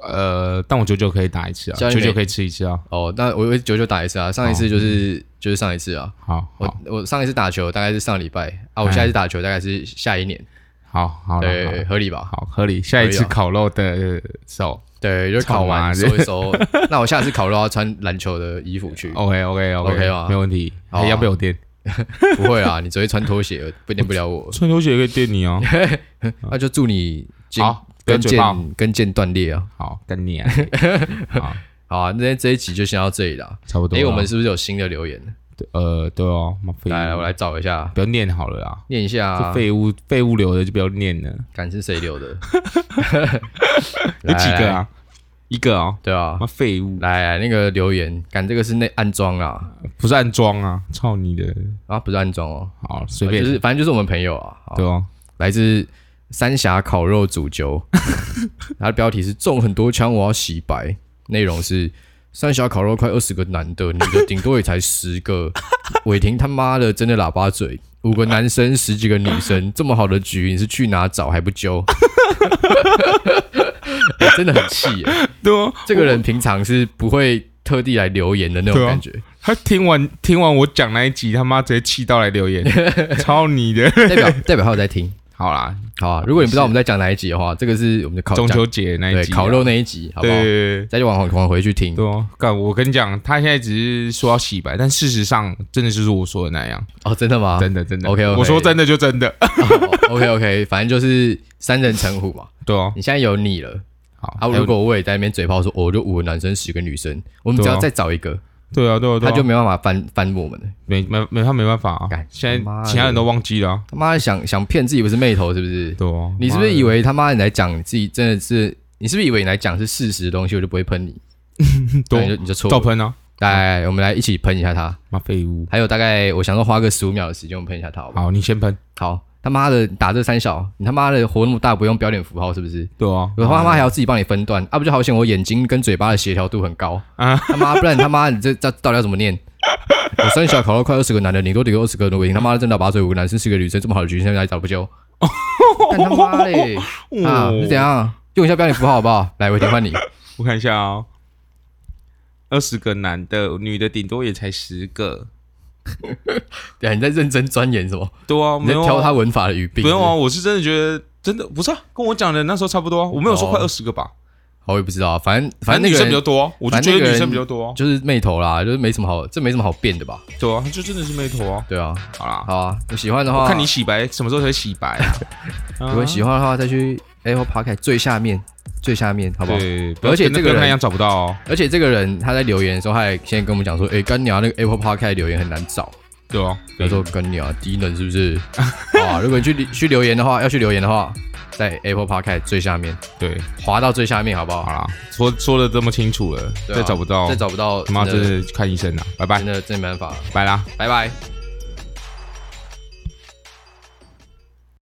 Speaker 1: 呃，但我久久可以打一次啊，
Speaker 2: 教你
Speaker 1: 久
Speaker 2: 每
Speaker 1: 久可以吃一次啊。
Speaker 2: 哦，那我我九九打一次啊，上一次就是、就是上一次啊，
Speaker 1: 好，哦好
Speaker 2: 我，我上一次打球大概是上礼拜啊，我下一次打球大概是下一年，
Speaker 1: 好，好了，好
Speaker 2: 对，
Speaker 1: 了
Speaker 2: 合理吧？
Speaker 1: 好，合理。下一次
Speaker 2: 可以啊
Speaker 1: 烤肉的呃手
Speaker 2: 对，就
Speaker 1: 操
Speaker 2: 考完
Speaker 1: 妈
Speaker 2: 收一收， 那我下次烤肉要穿篮球的衣服去，
Speaker 1: 哦，OK，OK，OK，
Speaker 2: OK 吧
Speaker 1: 没问题。哎
Speaker 2: 好啊
Speaker 1: 还要不要我电？
Speaker 2: 不会啊啦，你只会穿拖鞋，不电不了我，
Speaker 1: 穿球鞋也可以电 你哦。
Speaker 2: 那就祝你肩
Speaker 1: 好，跟
Speaker 2: 跟
Speaker 1: 嘴炮。
Speaker 2: 腱跟腱断裂啊！
Speaker 1: 好，跟 你啊。好，
Speaker 2: 好啊，那这一集就先到这里啦。
Speaker 1: 差不多
Speaker 2: 哎、
Speaker 1: 了。
Speaker 2: 我们是不是有新的留言？
Speaker 1: 呃，对哦，妈废物，
Speaker 2: 来来，我来找一下，
Speaker 1: 不要念好了啦，
Speaker 2: 念一下
Speaker 1: 这
Speaker 2: 啊，
Speaker 1: 废物废物流的就不要念了。
Speaker 2: 敢是谁留的？
Speaker 1: 有几
Speaker 2: 来
Speaker 1: 个？
Speaker 2: 来
Speaker 1: 啊？一个哦，
Speaker 2: 对啊
Speaker 1: 妈，废物，
Speaker 2: 来来那个留言，敢这个是那安装啊，
Speaker 1: 不是安装啊，操你的！
Speaker 2: 啊不是安装哦，
Speaker 1: 好，随便
Speaker 2: 就，是反正就是我们朋友啊，好
Speaker 1: 对哦，
Speaker 2: 来自三峡烤肉煮酒， 它的标题是“中很多枪，我要洗白”，内容是三峡烤肉快二十个男的，女的顶多也才 十个，伟霆他妈的真的喇叭嘴，五个男生十几个女生，这么好的局你是去哪找还不 揪？欸真的很气耶、
Speaker 1: 对哦，
Speaker 2: 这个人平常是不会特地来留言的那种
Speaker 1: 对啊
Speaker 2: 感觉，
Speaker 1: 他听完听完我讲那一集，他妈直接气到来留 言，操你的！
Speaker 2: 代表代表他有在听。
Speaker 1: 好啦，
Speaker 2: 好啊，如果你不知道我们在讲哪一集的话，这个是我们的烤
Speaker 1: 中
Speaker 2: 讲
Speaker 1: 秋节那一
Speaker 2: 对
Speaker 1: 集啊
Speaker 2: 烤肉那一集，好不好？
Speaker 1: 对
Speaker 2: 再就往往回去听
Speaker 1: 对哦，干！我跟你讲，他现在只是说要洗白，但事实上真的就是我说的那样，
Speaker 2: 哦，真的吗？
Speaker 1: 真的真的。
Speaker 2: OK，OK
Speaker 1: 我说真的就真的。
Speaker 2: 哦 OK OK，反正 就是三人成虎嘛。
Speaker 1: 对哦，
Speaker 2: 你现在有你了
Speaker 1: 好
Speaker 2: 啊！
Speaker 1: 还有
Speaker 2: 如果我也在那边嘴炮说，哦我就五个男生十个女生，我们只
Speaker 1: 对啊
Speaker 2: 要再找一个，
Speaker 1: 对啊对啊，对啊
Speaker 2: 他就没办法翻翻我们了。
Speaker 1: 没没没他没办法啊
Speaker 2: 干，
Speaker 1: 现
Speaker 2: 他
Speaker 1: 在
Speaker 2: 妈的
Speaker 1: 其他人都忘记了啊。
Speaker 2: 他妈的想想骗自己不是妹头是不是？
Speaker 1: 对哦，
Speaker 2: 你是不是
Speaker 1: 妈的
Speaker 2: 以为他妈你来讲你自己真的是？你是不是以为你来讲是事实的东西，我就不会喷你？那你
Speaker 1: 对
Speaker 2: 就
Speaker 1: 哦
Speaker 2: 你就错
Speaker 1: 照
Speaker 2: 了。
Speaker 1: 喷啊？
Speaker 2: 来，我们来一起喷一下他。
Speaker 1: 妈废物！
Speaker 2: 还有大概，我想说花个十五秒的时间，我们喷一下他好不好？
Speaker 1: 好，你先喷。
Speaker 2: 好，他妈的打这三小，你他妈的活那么大不用标点符号是不是？
Speaker 1: 对哦，
Speaker 2: 我他妈还要自己帮你分段，啊不就好险我眼睛跟嘴巴的协调度很高
Speaker 1: 啊
Speaker 2: 啊！他妈，不然他妈你这这到底要怎 么念？我三小考了快二十个男的，你多顶多二十个的，我赢他妈的真的把嘴五个男生四个女生，这么好的局现在还找 不就？干他妈嘞啊！
Speaker 1: 哦
Speaker 2: 你怎样用一下标点符号好不好？来，我替换你，
Speaker 1: 我看一下哦，二十个男的，女的顶多也才十个。
Speaker 2: 对啊，你在认真钻研什么？
Speaker 1: 对啊，
Speaker 2: 你
Speaker 1: 没
Speaker 2: 在
Speaker 1: 有啊
Speaker 2: 挑他文法的语病？
Speaker 1: 不用啊，，我是真的觉得真的不是啊，跟我讲的那时候差不多啊，我没有说快二十个吧，
Speaker 2: 好，我也不知道啊，哦反正
Speaker 1: 反
Speaker 2: 那
Speaker 1: 女
Speaker 2: 个
Speaker 1: 生比较
Speaker 2: 人
Speaker 1: 多啊，我就
Speaker 2: 反
Speaker 1: 觉
Speaker 2: 正那个
Speaker 1: 得
Speaker 2: 人
Speaker 1: 女生比较多啊，
Speaker 2: 就是妹头啦，就是没什么好，这没什么好变的吧？
Speaker 1: 对啊，他就真的是妹头啊。
Speaker 2: 对啊，
Speaker 1: 好啦，
Speaker 2: 好啊，你喜欢的话，
Speaker 1: 我看你洗白什么时候才洗白啊？
Speaker 2: 如果喜欢的话，再去 Apple Park 最下面最下面，好
Speaker 1: 好
Speaker 2: 不好？
Speaker 1: 啊对，
Speaker 2: 而且
Speaker 1: 不要跟
Speaker 2: 这个
Speaker 1: 跟他
Speaker 2: 人
Speaker 1: 一样找不到哦，
Speaker 2: 而且这个人他在留言的时候，他还先跟我们讲说：“哎、干鸟那个 Apple Park 的留言很难找。
Speaker 1: 对哦”，
Speaker 2: 他说：“干鸟低能是不是？” 啊，如果你去留去留言的话，要去留言的话，在 Apple Park 最下面
Speaker 1: 对，
Speaker 2: 滑到最下面，好不好？
Speaker 1: 好啦，说说的这么清楚了，
Speaker 2: 对啊
Speaker 1: 再找不到
Speaker 2: 再，找不到，
Speaker 1: 他妈
Speaker 2: 真的
Speaker 1: 真的去看医生啦，拜拜
Speaker 2: 真的真的没办法了，
Speaker 1: 拜啦。
Speaker 2: 拜拜。